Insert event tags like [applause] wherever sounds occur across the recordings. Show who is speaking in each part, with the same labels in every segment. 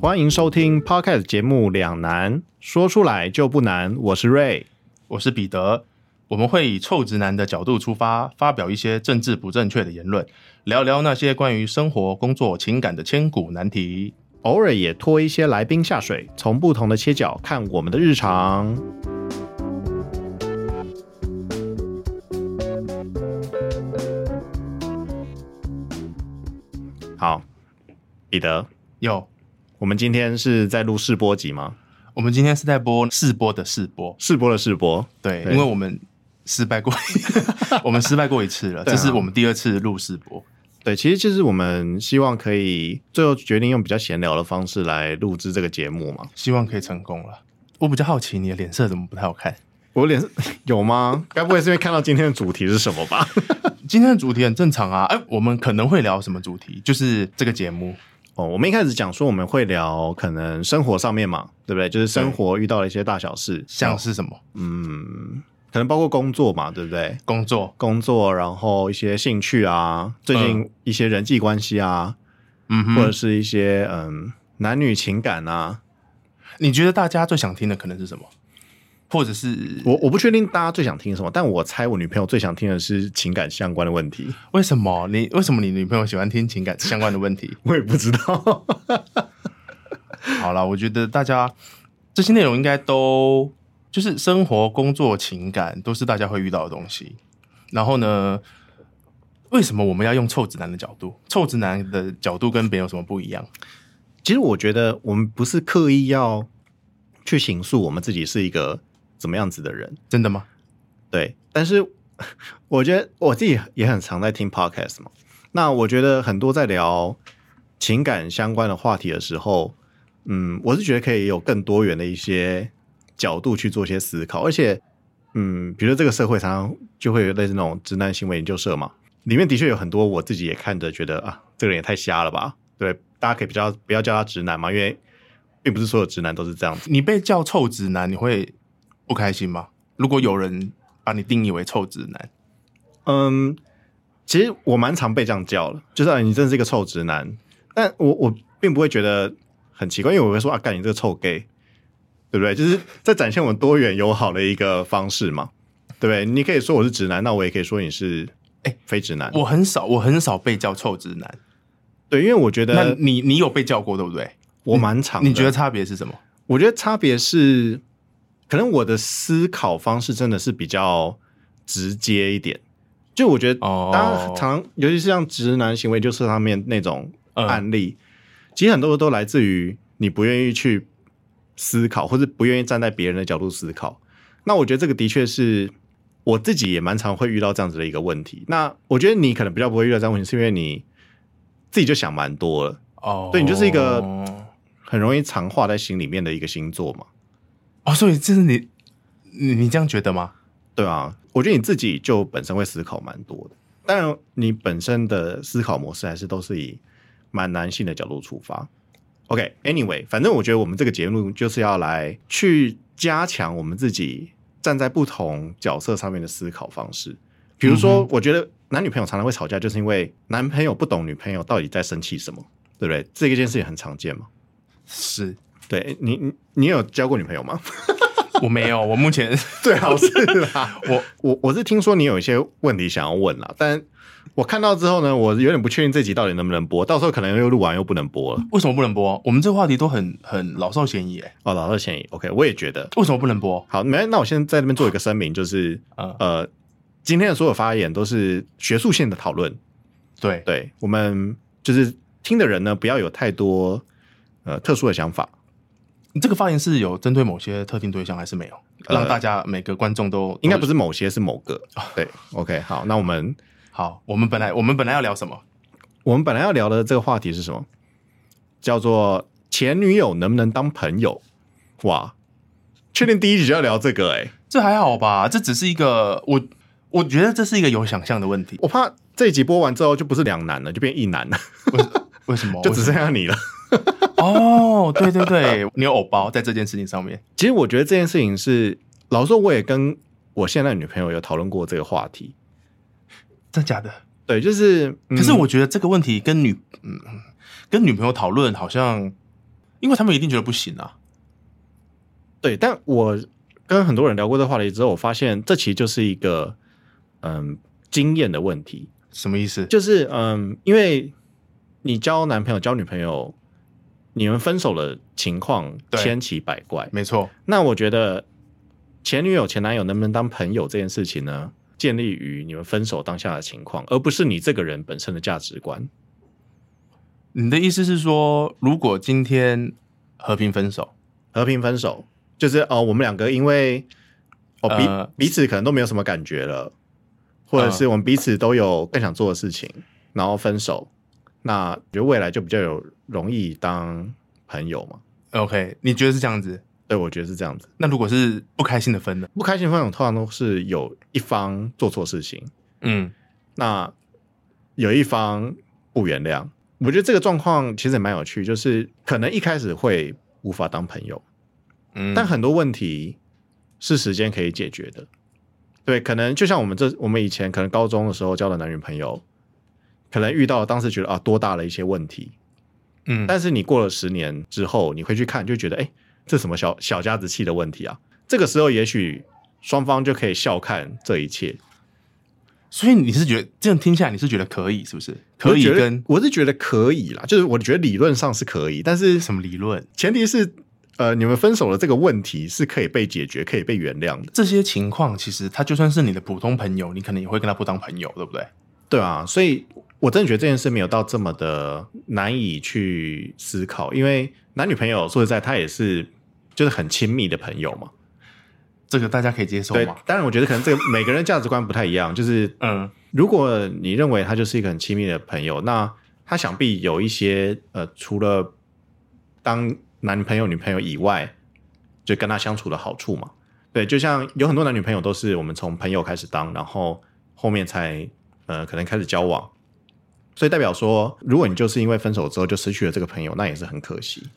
Speaker 1: 欢迎收听 Podcast 节目《两难》，说出来就不难。我是 Ray，
Speaker 2: 我是彼得，我们会以臭直男的角度出发，发表一些政治不正确的言论，聊聊那些关于生活、工作、情感的千古难题。
Speaker 1: 偶尔也拖一些来宾下水，从不同的切角看我们的日常。好，彼得，
Speaker 2: 有，
Speaker 1: 我们今天是在录试播集吗？
Speaker 2: 我们今天是在播试播的试播，
Speaker 1: 试播的试播，
Speaker 2: 对，
Speaker 1: 对
Speaker 2: 因为我们失败过， [laughs] 我们失败过一次了，
Speaker 1: 对啊
Speaker 2: 这是我们第二次录试播。
Speaker 1: 对，其实就是我们希望可以最后决定用比较闲聊的方式来录制这个节目嘛。
Speaker 2: 希望可以成功了。我比较好奇你的脸色怎么不太好看。
Speaker 1: 我脸有吗？ [laughs] 该不会是因为看到今天的主题是什么吧？
Speaker 2: 今天的主题很正常啊，哎、我们可能会聊什么主题？就是这个节目，
Speaker 1: [laughs] 哦，我们一开始讲说我们会聊可能生活上面嘛，对不对？就是生活遇到的一些大小事，
Speaker 2: 像是什么
Speaker 1: 嗯，可能包括工作嘛，对不对？
Speaker 2: 工作，
Speaker 1: 工作，然后一些兴趣啊，最近一些人际关系啊，
Speaker 2: 嗯
Speaker 1: 或者
Speaker 2: 哼，
Speaker 1: 是一些嗯男女情感啊。
Speaker 2: 你觉得大家最想听的可能是什么？或者是
Speaker 1: 我我不确定大家最想听什么，但我猜我女朋友最想听的是情感相关的问题。？
Speaker 2: 为什么你为什么你女朋友喜欢听情感相关的问题
Speaker 1: 我也不知道，
Speaker 2: 好了，我觉得大家这些内容应该都就是生活、工作、情感都是大家会遇到的东西。然后呢，为什么我们要用臭直男的角度？臭直男的角度跟别人有什么不一样？
Speaker 1: 其实我觉得我们不是刻意要去形塑我们自己是一个怎么样子的人，
Speaker 2: 真的吗？
Speaker 1: 对，但是我觉得我自己也很常在听 podcast 嘛。那我觉得很多在聊情感相关的话题的时候，嗯，我是觉得可以有更多元的一些角度去做一些思考，而且，嗯，比如说这个社会常常就会有类似那种直男行为研究社嘛，里面的确有很多我自己也看着觉得啊，这个人也太瞎了吧？对，大家可以比较不要叫他直男嘛，因为并不是所有直男都是这样子。
Speaker 2: 你被叫臭直男，你会不开心吗？如果有人把你定义为臭直男，
Speaker 1: 嗯，其实我蛮常被这样叫了，就是、啊、你真是一个臭直男。但我我并不会觉得很奇怪，因为我会说啊，干你这个臭 gay，对不对？就是在展现我们多元友好的一个方式嘛，对不对？你可以说我是直男，那我也可以说你是哎非直男。
Speaker 2: 我很少，我很少被叫臭直男。
Speaker 1: 对，因为我觉
Speaker 2: 那
Speaker 1: 得
Speaker 2: 你你有被叫过对不对？
Speaker 1: 我蛮常的
Speaker 2: 你觉得差别是什么？
Speaker 1: 我觉得差别是，可能我的思考方式真的是比较直接一点。就我觉得，
Speaker 2: 哦
Speaker 1: 大家常尤其是像直男行为就是上面那种
Speaker 2: 嗯
Speaker 1: 案例，其实很多都来自于你不愿意去思考，或者不愿意站在别人的角度思考。那我觉得这个的确是我自己也蛮常会遇到这样子的一个问题。那我觉得你可能比较不会遇到这样的问题，是因为你自己就想蛮多了，
Speaker 2: 哦
Speaker 1: 对你就是一个很容易藏化在心里面的一个星座嘛。
Speaker 2: 哦，所以这是你你你这样觉得吗？
Speaker 1: 对啊，我觉得你自己就本身会思考蛮多的，但你本身的思考模式还是都是以蛮男性的角度出发。OK，Anyway，、反正我觉得我们这个节目就是要来去加强我们自己站在不同角色上面的思考方式。比如
Speaker 2: 嗯
Speaker 1: 说，我觉得男女朋友常常会吵架，就是因为男朋友不懂女朋友到底在生气什么，对不对？这一件事也很常见嘛。
Speaker 2: 是
Speaker 1: 对你，你你有交过女朋友吗？
Speaker 2: 我没有，我
Speaker 1: [laughs]
Speaker 2: 目前
Speaker 1: 最好啊是啦。
Speaker 2: 我
Speaker 1: 我我是听说你有一些问题想要问啦，但我看到之后呢，我有点不确定这集到底能不能播，到时候可能又录完又不能播了。
Speaker 2: 为什么不能播？我们这个话题都很很老少咸宜，哎，
Speaker 1: 哦，老少咸宜，OK，我也觉得
Speaker 2: 为什么不能播？
Speaker 1: 好。没，那我先在这边做一个声明，就是
Speaker 2: 嗯，
Speaker 1: 呃，今天的所有发言都是学术性的讨论，
Speaker 2: 对，
Speaker 1: 对我们就是听的人呢，不要有太多呃特殊的想法。
Speaker 2: 你这个发言是有针对某些特定对象，还是没有？
Speaker 1: 呃
Speaker 2: 让大家每个观众都
Speaker 1: 应该不
Speaker 2: 是
Speaker 1: 是某些，是某个。对，OK，好，那我们
Speaker 2: 好。我们本来我们本来要聊什么？
Speaker 1: 我们本来要聊的这个话题是什么？叫做前女友能不能当朋友？哇，确定第一集就要聊这个哎、
Speaker 2: 这还好吧？这只是一个我我觉得这是一个有想象的
Speaker 1: [laughs]
Speaker 2: 问题。
Speaker 1: 我怕这一集播完之后就不是两难了，就变一难了，
Speaker 2: 为什么？
Speaker 1: 就只剩下你了。
Speaker 2: 哦，对对对，你有偶包在这件事情上面。
Speaker 1: 其实我觉得这件事情是，老实说，我也跟我现在的女朋友有讨论过这个话题。
Speaker 2: 真假的？
Speaker 1: 对，就是，嗯
Speaker 2: 可是我觉得这个问题跟女嗯跟女朋友讨论好像，因因为他们一定觉得不行啊。
Speaker 1: 对，但我跟很多人聊过这个话题之后，我发现这其实就是一个嗯经验的问题，
Speaker 2: 什么意思？
Speaker 1: 就是嗯，因为你交男朋友、交女朋友，你们分手的情况
Speaker 2: 对
Speaker 1: 千奇百怪。
Speaker 2: 没错，
Speaker 1: 那我觉得前女友、前男友能不能当朋友这件事情呢，建立于你们分手当下的情况，而不是你这个人本身的价值观。
Speaker 2: 你的意思是说，如果今天和平分手，
Speaker 1: 和平分手就是哦，我们两个因为哦彼、
Speaker 2: 呃嗯
Speaker 1: 彼此可能都没有什么感觉了，或者是我们彼此都有更想做的事情，然后分手，那我觉得未来就比较有容易当朋友嘛。
Speaker 2: OK，你觉得是这样子？
Speaker 1: 对，我觉得是这样子。
Speaker 2: 那如果是不开心的分呢？
Speaker 1: 不开心分手通常都是有一方做错事情，
Speaker 2: 嗯，
Speaker 1: 那有一方不原谅。我觉得这个状况其实也蛮有趣，就是可能一开始会无法当朋友，
Speaker 2: 嗯
Speaker 1: 但很多问题是时间可以解决的。对，可能就像我们这，我们以前可能高中的时候交的男女朋友，可能遇到了当时觉得啊多大了一些问题，
Speaker 2: 嗯，
Speaker 1: 但是你过了十年之后，你会去看，就觉得哎，这什么小小家子气的问题啊？这个时候也许双方就可以笑看这一切，
Speaker 2: 所以你是觉得这样听下来，你是觉得可以是不是？
Speaker 1: 我
Speaker 2: 可
Speaker 1: 是
Speaker 2: 以
Speaker 1: 觉得
Speaker 2: 跟
Speaker 1: 我是觉得可以啦，就是我觉得理论上是可以，但是
Speaker 2: 什么理论？
Speaker 1: 前提是呃，你们分手的这个问题是可以被解决、可以被原谅的，
Speaker 2: 这些情况其实他就算是你的普通朋友，你可能也会跟他不当朋友，对不对？
Speaker 1: 对啊，所以我真的觉得这件事没有到这么的难以去思考，因为男女朋友说实在，他也是就是很亲密的朋友嘛。
Speaker 2: 这个大家可以接受
Speaker 1: 对
Speaker 2: 吗？，
Speaker 1: 当然我觉得可能这个每个人价值观不太一样，就是
Speaker 2: 嗯，
Speaker 1: 如果你认为他就是一个很亲密的朋友，那他想必有一些呃，除了当男朋友、女朋友以外，就跟他相处的好处嘛。对，就像有很多男女朋友都是我们从朋友开始当，然后后面才呃可能开始交往，所以代表说，如果你就是因为分手之后就失去了这个朋友，那也是很可惜。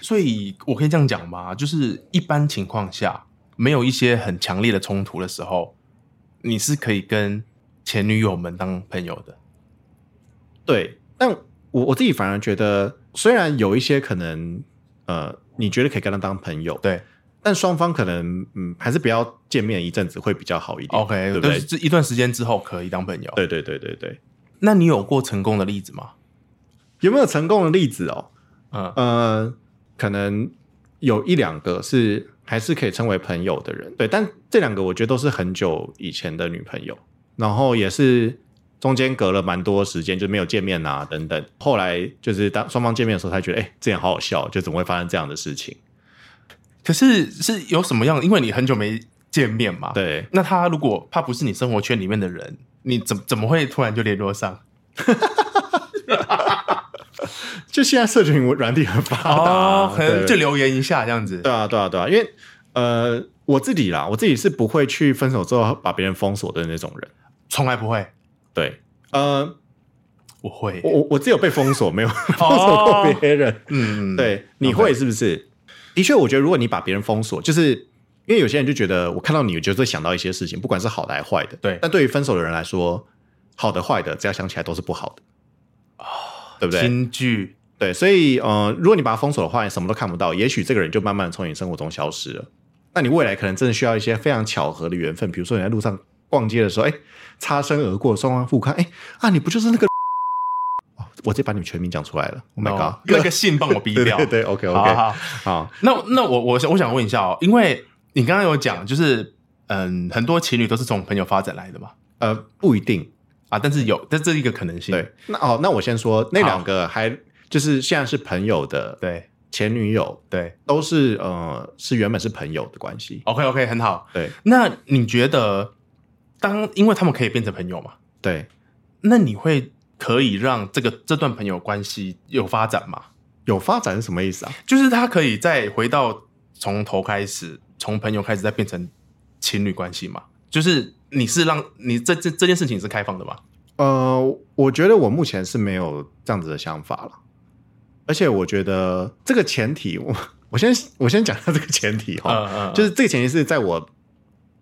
Speaker 2: 所以我可以这样讲吗？就是一般情况下，没有一些很强烈的冲突的时候，你是可以跟前女友们当朋友的。
Speaker 1: 对，但我我自己反而觉得，虽然有一些可能呃，你觉得可以跟他当朋友，
Speaker 2: 对
Speaker 1: 但双方可能嗯还是不要见面一阵子会比较好一点。
Speaker 2: ，OK，
Speaker 1: 对不
Speaker 2: 但
Speaker 1: 对
Speaker 2: 是？这一段时间之后可以当朋友。
Speaker 1: 对对对对对，
Speaker 2: 那你有过成功的例子吗？
Speaker 1: 有没有成功的例子哦？
Speaker 2: 嗯，
Speaker 1: 呃，可能有一两个是还是可以称为朋友的人，对，但这两个我觉得都是很久以前的女朋友，然后也是中间隔了蛮多时间，就没有见面啊等等。 [laughs] 后来就是当双方见面的时候，才觉得哎、这样好好笑，就怎么会发生这样的事情？
Speaker 2: 可是是有什么样？因为你很久没见面
Speaker 1: [laughs]
Speaker 2: 嘛。。
Speaker 1: 对，
Speaker 2: 那他如果他不是你生活圈里面的人，你怎怎么会突然就联
Speaker 1: [laughs]
Speaker 2: 络上？
Speaker 1: 就现在社群软体很发达、
Speaker 2: 哦，可能
Speaker 1: 对
Speaker 2: 就留言一下这样子。
Speaker 1: 对啊，对啊，对啊，因为呃，我自己啦，我自己是不会去分手之后把别人封锁的那种人。
Speaker 2: 从来不会，
Speaker 1: 对，呃，
Speaker 2: 我会
Speaker 1: 我。我我只有被封锁，没
Speaker 2: [laughs]
Speaker 1: 有封锁过别人。
Speaker 2: 嗯，
Speaker 1: 对，你会是不是？的确，我觉得如果你把别人封锁，就是因为有些人就觉得我看到你，我就会想到一些事情，不管是好的还是坏的。
Speaker 2: 对
Speaker 1: 但对于分手的人来说，好的坏的，只要想起来都是不好的。哦，对不对？
Speaker 2: 新剧
Speaker 1: 对，所以呃，如果你把它封锁的话，你什么都看不到，也许这个人就慢慢的从你生活中消失了。那你未来可能真的需要一些非常巧合的缘分，比如说你在路上逛街的时候，哎，擦身而过，双方互看，哎啊，你不就是那个？哦，我直接把你们全名讲出来了，Oh my god！、
Speaker 2: 哦那个信帮我逼
Speaker 1: 对
Speaker 2: 掉。
Speaker 1: 对对，OK
Speaker 2: 好
Speaker 1: OK，
Speaker 2: 好好
Speaker 1: 好，
Speaker 2: 那那我我想我想问一下哦，因为你刚刚有讲，就是嗯，很多情侣都是从朋友发展来的嘛，
Speaker 1: 呃，不一定，
Speaker 2: 啊，但是有，但这是一个可能性。
Speaker 1: 对，那哦，那我先说那
Speaker 2: 好
Speaker 1: 两个还就是现在是朋友的
Speaker 2: 对
Speaker 1: 前女友，
Speaker 2: 对
Speaker 1: 都是呃是原本是朋友的关系，
Speaker 2: ，OK OK，很好。
Speaker 1: 对
Speaker 2: 那你觉得当因为他们可以变成朋友嘛？
Speaker 1: 对，
Speaker 2: 那你会可以让这个这段朋友关系有发展吗？
Speaker 1: 有发展是什么意思啊？
Speaker 2: 就是他可以再回到从头开始，从朋友开始，再变成情侣关系吗？就是你是让你这这这件事情是开放的吗？
Speaker 1: 呃，我觉得我目前是没有这样子的想法了，而且我觉得这个前提， [laughs] 我我先我先讲一下这个前提哈、
Speaker 2: 嗯嗯
Speaker 1: 就是这个前提是在我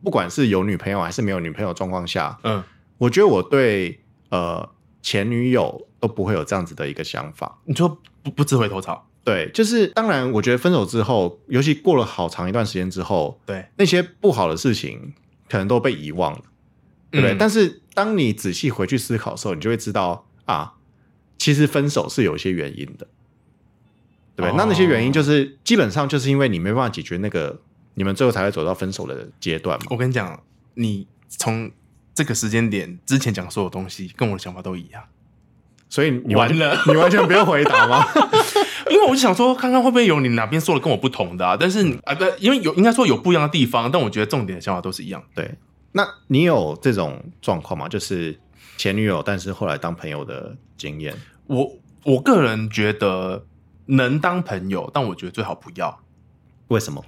Speaker 1: 不管是有女朋友还是没有女朋友的状况下，
Speaker 2: 嗯嗯，
Speaker 1: 我觉得我对呃前女友都不会有这样子的一个想法，
Speaker 2: 你说不不吃回头草
Speaker 1: 对，就是当然，我觉得分手之后，尤其过了好长一段时间之后，
Speaker 2: 对，
Speaker 1: 那些不好的事情可能都被遗忘了，对不对？
Speaker 2: 嗯
Speaker 1: 但是当你仔细回去思考的时候，你就会知道啊，其实分手是有一些原因的，对不对？
Speaker 2: 哦
Speaker 1: 那那些原因就是基本上就是因为你没办法解决那个，你们最后才会走到分手的阶段嘛。
Speaker 2: 我跟你讲，你从这个时间点之前讲所有东西，跟我的想法都一样，
Speaker 1: 所以你
Speaker 2: 完了
Speaker 1: [laughs] 你完全不用回答吗？
Speaker 2: [laughs]
Speaker 1: [laughs]
Speaker 2: 因为我就想说，看看会不会有你哪边说的跟我不同的啊？但是啊，不，因为有应该说有不一样的地方，但我觉得重点的想法都是一样的。
Speaker 1: 对，那你有这种状况吗？就是前女友，但是后来当朋友的经验。
Speaker 2: 我我个人觉得能当朋友，但我觉得最好不要。
Speaker 1: 为什么？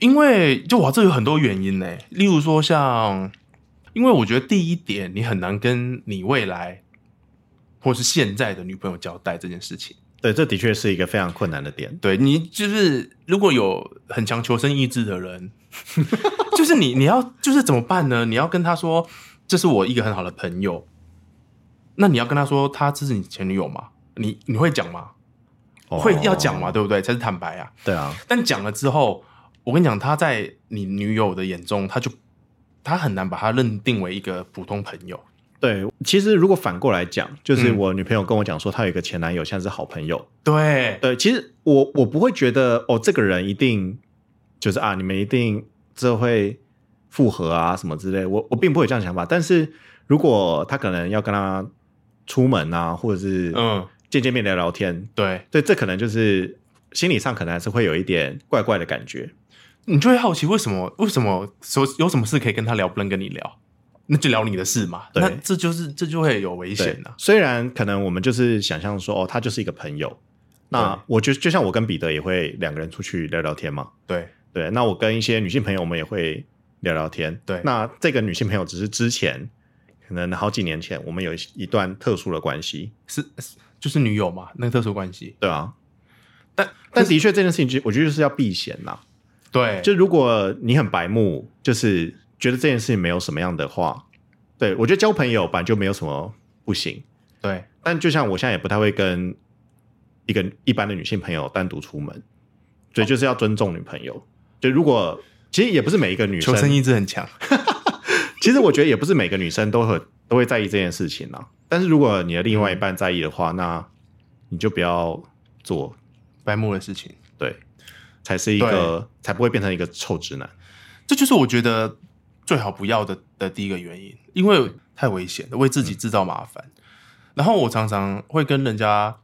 Speaker 2: 因为就我这有很多原因呢、例如说像，因为我觉得第一点，你很难跟你未来或是现在的女朋友交代这件事情。
Speaker 1: 对，这的确是一个非常困难的点。
Speaker 2: 对你就是如果有很强求生意志的人， [laughs] 就是你你要就是怎么办呢？你要跟他说这是我一个很好的朋友，那你要跟他说他这是你前女友吗？你你会讲吗？会要讲嘛，
Speaker 1: 哦？
Speaker 2: 对不对？才是坦白啊。
Speaker 1: 对啊，
Speaker 2: 但讲了之后，我跟你讲，他在你女友的眼中，他就他很难把他认定为一个普通朋友。
Speaker 1: 对。其实如果反过来讲，就是
Speaker 2: 嗯
Speaker 1: 我女朋友跟我讲说，她有一个前男友，现在是好朋友。
Speaker 2: 对，
Speaker 1: 对，其实我我不会觉得哦，这个人一定就是啊，你们一定这会复合啊什么之类，我我并不会有这样的想法。但是如果他可能要跟他出门啊，或者是
Speaker 2: 嗯，
Speaker 1: 见见面聊聊天，
Speaker 2: 对，
Speaker 1: 对，这可能就是心理上可能还是会有一点怪怪的感觉。
Speaker 2: 你就会好奇为什么为什么说有什么事可以跟他聊，不能跟你聊，那就聊你的事嘛。
Speaker 1: 对
Speaker 2: 那这就是这就会有危
Speaker 1: 对
Speaker 2: 险啊了、，
Speaker 1: 虽然可能我们就是想象说，哦，他就是一个朋友。那
Speaker 2: 对
Speaker 1: 我觉得就像我跟彼得也会两个人出去聊聊天嘛，
Speaker 2: 对
Speaker 1: 对，那我跟一些女性朋友，我们也会聊聊天。
Speaker 2: 对
Speaker 1: 那这个女性朋友只是之前可能好几年前，我们有一一段特殊的关系，
Speaker 2: 是是就是女友嘛，那个特殊关系。
Speaker 1: 对啊。
Speaker 2: 但
Speaker 1: 但的确，这件事情就我觉得就是要避嫌呐、
Speaker 2: 对，
Speaker 1: 就如果你很白目，就是觉得这件事情没有什么样的话，对我觉得交朋友本来就没有什么不行。
Speaker 2: 对
Speaker 1: 但就像我现在也不太会跟一个一般的女性朋友单独出门，所以就是要尊重女朋友。就如果其实也不是每一个女
Speaker 2: 求
Speaker 1: 生
Speaker 2: 生意志很强。
Speaker 1: 其实我觉得也不是每个女生都会都会在意这件事情啦。但是如果你的另外一半在意的话，那你就不要做，
Speaker 2: 白目的事情，
Speaker 1: 对，才是一个才不会变成一个臭直男。。
Speaker 2: 这就是我觉得最好不要的的第一个原因，因为太危险了，为自己制造麻烦。然后我常常会跟人家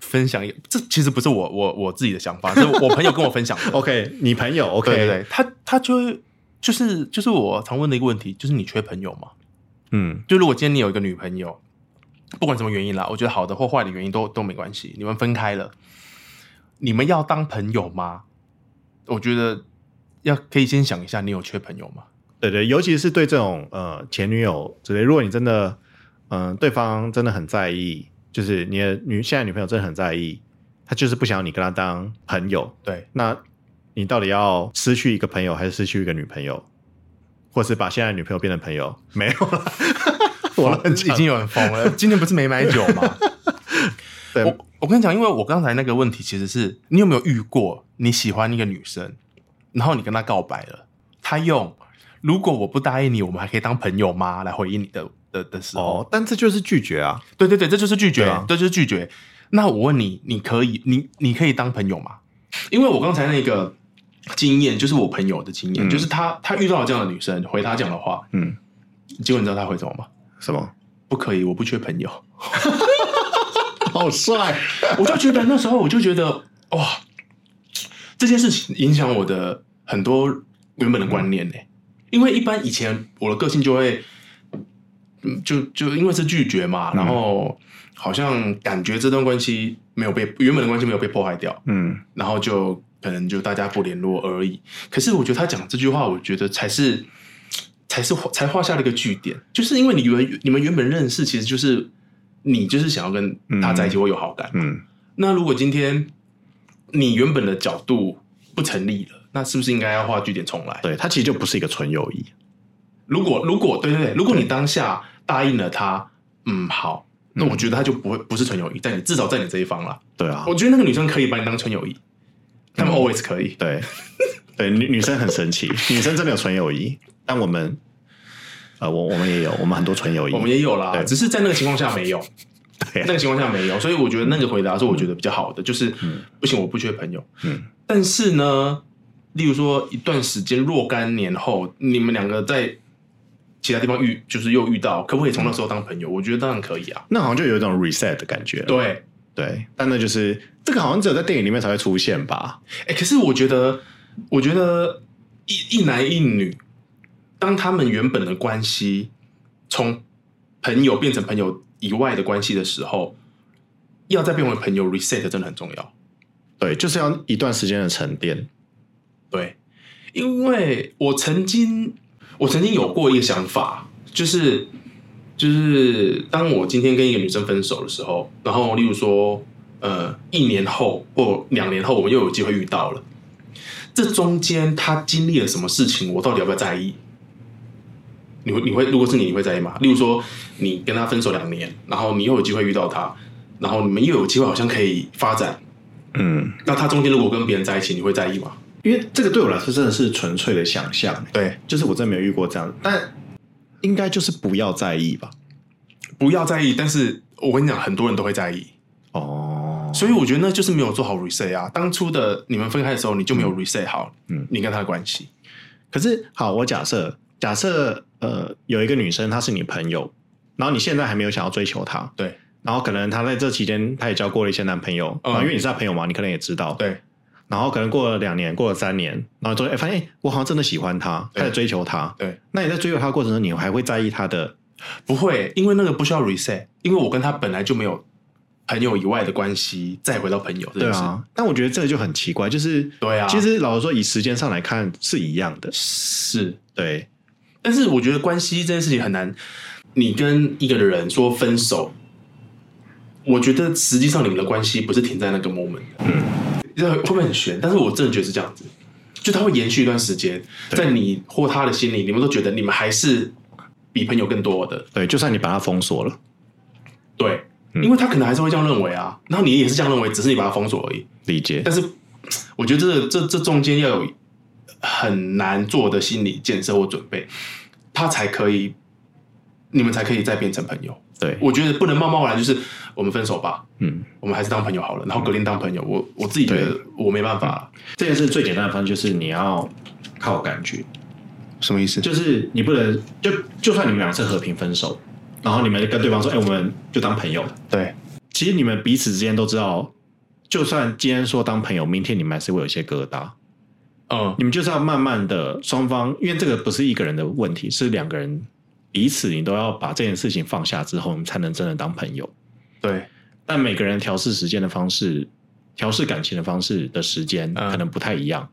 Speaker 2: 分享一，这其实不是我我我自己的想法，是我朋友跟我分享的
Speaker 1: OK，你 [laughs] 朋友 OK，
Speaker 2: 对对对，他他就会就是就是我常问的一个问题，就是你缺朋友吗？
Speaker 1: 嗯，
Speaker 2: 就如果今天你有一个女朋友，不管什么原因啦，我觉得好的或坏的原因都都没关系，你们分开了，你们要当朋友吗？我觉得要可以先想一下，你有缺朋友吗？
Speaker 1: 对对，尤其是对这种呃前女友之类，如果你真的嗯、呃对方真的很在意，就是你的女现在女朋友真的很在意，她就是不想你跟她当朋友，
Speaker 2: 对
Speaker 1: 那你到底要失去一个朋友，还是失去一个女朋友，或是把现在的女朋友变成朋友？没有啦，我乱
Speaker 2: 已
Speaker 1: 讲。
Speaker 2: 经有人疯了。今天不是没买酒吗？
Speaker 1: [laughs] 对
Speaker 2: 我我跟你讲，因为我刚才那个问题其实是你有没有遇过你喜欢一个女生，然后你跟她告白了，她用“如果我不答应你，我们还可以当朋友吗？”来回应你的的的时候，
Speaker 1: 哦，但这就是拒绝啊。
Speaker 2: 对对对，这就是拒绝，
Speaker 1: 对啊
Speaker 2: 这就是拒绝。那我问你，你可以，你你可以当朋友吗？因为我刚才那个经验，就是我朋友的经验，
Speaker 1: 嗯
Speaker 2: 就是他他遇到了这样的女生，回他讲的话，
Speaker 1: 嗯，
Speaker 2: 结果你知道他回什么吗？
Speaker 1: 什么？
Speaker 2: 不可以，我不缺朋友。
Speaker 1: 好帅！
Speaker 2: [laughs] 我就觉得那时候我就觉得哇，这件事情影响我的很多原本的观念呢、因为一般以前我的个性就会，嗯就就因为是拒绝嘛，然后好像感觉这段关系没有被原本的关系没有被破坏掉，
Speaker 1: 嗯，
Speaker 2: 然后就可能就大家不联络而已。可是我觉得他讲这句话，我觉得才是才是才画下了一个句点，就是因为你原你们原本认识，其实就是你就是想要跟他在一起会有好感，
Speaker 1: 嗯，
Speaker 2: 那如果今天你原本的角度不成立了，那是不是应该要画句点重来？
Speaker 1: 对，它其实就不是一个纯友谊。
Speaker 2: 如果如果对对对，如果你当下答应了他，嗯好，那我觉得他就不会不是纯友谊，但你至少在你这一方啦。
Speaker 1: 对啊
Speaker 2: 我，觉得那个女生可以把你当纯友谊，他
Speaker 1: 嗯
Speaker 2: 们 always 可以。
Speaker 1: 对，对，女女生很神 [laughs] 奇，女生真的有纯友谊，但我们，呃，我我们也有，我们很多纯友谊，
Speaker 2: 我们也有啦
Speaker 1: 嗯对，
Speaker 2: 只是在那个情况下没有，
Speaker 1: [laughs] 对
Speaker 2: 那个情况下没有，所以我觉得那个回答是我觉得比较好的，就是、不行，我不缺朋友。
Speaker 1: 嗯，
Speaker 2: 但是呢，例如说一段时间若干年后，你们两个在其他地方遇，就是又遇到，可不可以从那时候当朋友？我觉得当然可以啊。
Speaker 1: 那好像就有一种 reset 的感觉，
Speaker 2: 对，
Speaker 1: 对，但那就是这个好像只有在电影里面才会出现吧？
Speaker 2: 哎、可是我觉得，我觉得一一男一女，当他们原本的关系从朋友变成朋友以外的关系的时候，要再变为朋友 reset 真的很重要。
Speaker 1: 对，就是要一段时间的沉淀，
Speaker 2: 对，因为我曾经，我曾经有过一个想法，就是就是当我今天跟一个女生分手的时候，然后例如说，呃，一年后或两年后，我们又有机会遇到了，这中间她经历了什么事情，我到底要不要在意？你会你会如果是你，你会在意吗？例如说，你跟她分手两年，然后你又有机会遇到她，然后你们又有机会好像可以发展，
Speaker 1: 嗯，
Speaker 2: 那她中间如果跟别人在一起，你会在意吗？
Speaker 1: 因为这个对我来说真的是纯粹的想象，
Speaker 2: 对，
Speaker 1: 就是我真的没有遇过这样，但应该就是不要在意吧？
Speaker 2: 不要在意，但是我跟你讲，很多人都会在意，
Speaker 1: 哦，
Speaker 2: 所以我觉得那就是没有做好 reset 啊。当初的你们分开的时候，你就没有 reset 好，
Speaker 1: 嗯
Speaker 2: 你跟他的关系，
Speaker 1: 可是好，我假设假设呃有一个女生她是你朋友，然后你现在还没有想要追求她，
Speaker 2: 对
Speaker 1: 然后可能她在这期间她也交过了一些男朋友，
Speaker 2: 嗯
Speaker 1: 啊、因为你是她朋友嘛，你可能也知道，
Speaker 2: 对
Speaker 1: 然后可能过了两年，过了三年，然后终于哎发现、哎我好像真的喜欢她，
Speaker 2: 对
Speaker 1: 开始追求她。
Speaker 2: 对，
Speaker 1: 那你在追求她的过程中，你还会在意她的
Speaker 2: 不会，因为那个不需要 reset，因为我跟他本来就没有朋友以外的关系，再回到朋友这
Speaker 1: 对
Speaker 2: 件事，
Speaker 1: 啊？但我觉得这个就很奇怪，就是
Speaker 2: 对啊
Speaker 1: 其实老实说，以时间上来看是一样的，
Speaker 2: 是。
Speaker 1: 对
Speaker 2: 但是我觉得关系这件事情很难，你跟一个人说分手，我觉得实际上你们的关系不是停在那个 moment，嗯，会不会很悬？但是我真的觉得是这样子，就它会延续一段时间，
Speaker 1: 对
Speaker 2: 在你或他的心里，你们都觉得你们还是比朋友更多的，
Speaker 1: 对，就算你把她封锁了，
Speaker 2: 对，
Speaker 1: 嗯
Speaker 2: 因为他可能还是会这样认为啊，然后你也是这样认为，只是你把他封锁而已。
Speaker 1: 理解
Speaker 2: 但是我觉得这这这中间要有很难做的心理建设或准备，他才可以，你们才可以再变成朋友。
Speaker 1: 对，
Speaker 2: 我觉得不能贸贸然就是我们分手吧，
Speaker 1: 嗯，
Speaker 2: 我们还是当朋友好了，然后格林当朋友，我我自己觉得
Speaker 1: 对
Speaker 2: 我没办法，
Speaker 1: 这件事最简单的方式就是你要靠感觉，
Speaker 2: 什么意思？
Speaker 1: 就是你不能就就算你们俩是和平分手，然后你们跟对方说，哎、我们就当朋友。
Speaker 2: 对
Speaker 1: 其实你们彼此之间都知道，就算今天说当朋友，明天你们还是会有一些疙瘩。
Speaker 2: 嗯，
Speaker 1: 你们就是要慢慢的双方，因为这个不是一个人的问题，是两个人彼此，你都要把这件事情放下之后，你才能真的当朋友。
Speaker 2: 对
Speaker 1: 但每个人调试时间的方式、调试感情的方式的时间
Speaker 2: 嗯
Speaker 1: 可能不太一样，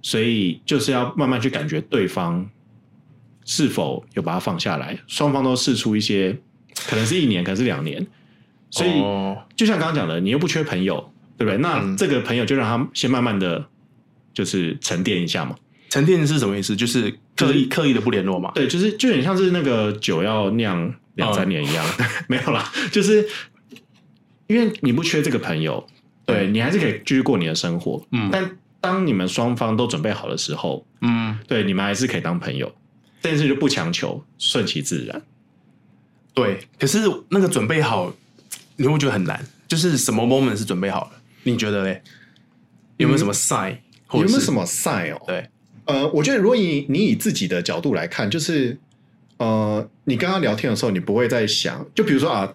Speaker 1: 所以就是要慢慢去感觉对方是否有把它放下来。双方都试出一些，可能是一年，可能是两年。所以
Speaker 2: 哦
Speaker 1: 就像刚刚讲的，你又不缺朋友，对不对？那
Speaker 2: 嗯
Speaker 1: 这个朋友就让他先慢慢的就是沉淀一下嘛。
Speaker 2: 沉淀是什么意思？就是刻意刻意的不联络嘛。
Speaker 1: 对，就是就有点像是那个酒要酿两三年一
Speaker 2: 哦
Speaker 1: 样， [laughs] 没有啦，就是因为你不缺这个朋友，对
Speaker 2: 对
Speaker 1: 你还是可以继续过你的生活。
Speaker 2: 嗯
Speaker 1: 但当你们双方都准备好的时候，
Speaker 2: 嗯，
Speaker 1: 对你们还是可以当朋友，这件事就不强求，顺其自然。
Speaker 2: 对。可是那个准备好，你会不会觉得很难？就是什么 moment 是准备好了？你觉得嘞？有没有什么 sign？、或
Speaker 1: 有
Speaker 2: 者
Speaker 1: 嗯没有
Speaker 2: 是
Speaker 1: 什么赛哦？
Speaker 2: 对？
Speaker 1: 呃，我觉得如果你你以自己的角度来看，就是呃，你跟他聊天的时候，你不会在想，就比如说啊，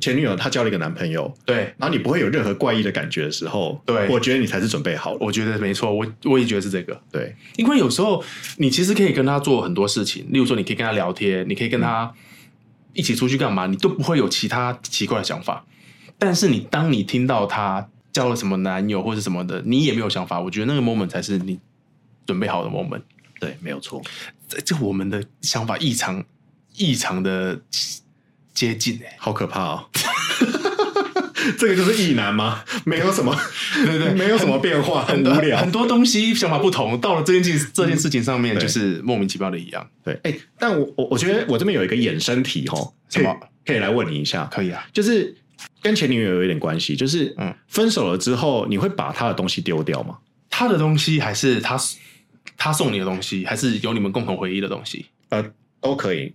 Speaker 1: 前女友她交了一个男朋友，
Speaker 2: 对，
Speaker 1: 然后你不会有任何怪异的感觉的时候，
Speaker 2: 对
Speaker 1: 我觉得你才是准备好了。
Speaker 2: 我觉得没错，我我也觉得是这个。
Speaker 1: 对，
Speaker 2: 因为有时候你其实可以跟他做很多事情，例如说你可以跟他聊天，你可以跟他一起出去干嘛，你都不会有其他奇怪的想法。但是你当你听到他交了什么男友或者什么的，你也没有想法。我觉得那个 moment 才是你准备好的 moment。
Speaker 1: 对，没有错。
Speaker 2: 这这我们的想法异常异常的接近哎、
Speaker 1: 好可怕哦！ [laughs] 这个就是意难吗？没有什么，
Speaker 2: 对对
Speaker 1: 没有什么变化，很无聊
Speaker 2: 很。多东西想法不同，到了这件事这件事情上
Speaker 1: 嗯
Speaker 2: 面，
Speaker 1: 对
Speaker 2: 就是莫名其妙的一样。
Speaker 1: 对，哎、但我我我觉得我这边有一个衍生题哦，
Speaker 2: 什么
Speaker 1: 可以可以来问你一下，
Speaker 2: 可以啊，
Speaker 1: 就是跟前女友有一点关系，就是
Speaker 2: 嗯
Speaker 1: 分手了之后，你会把她的东西丢掉吗？
Speaker 2: 他的东西还是他他送你的东西，还是有你们共同回忆的东西？
Speaker 1: 呃，都可以，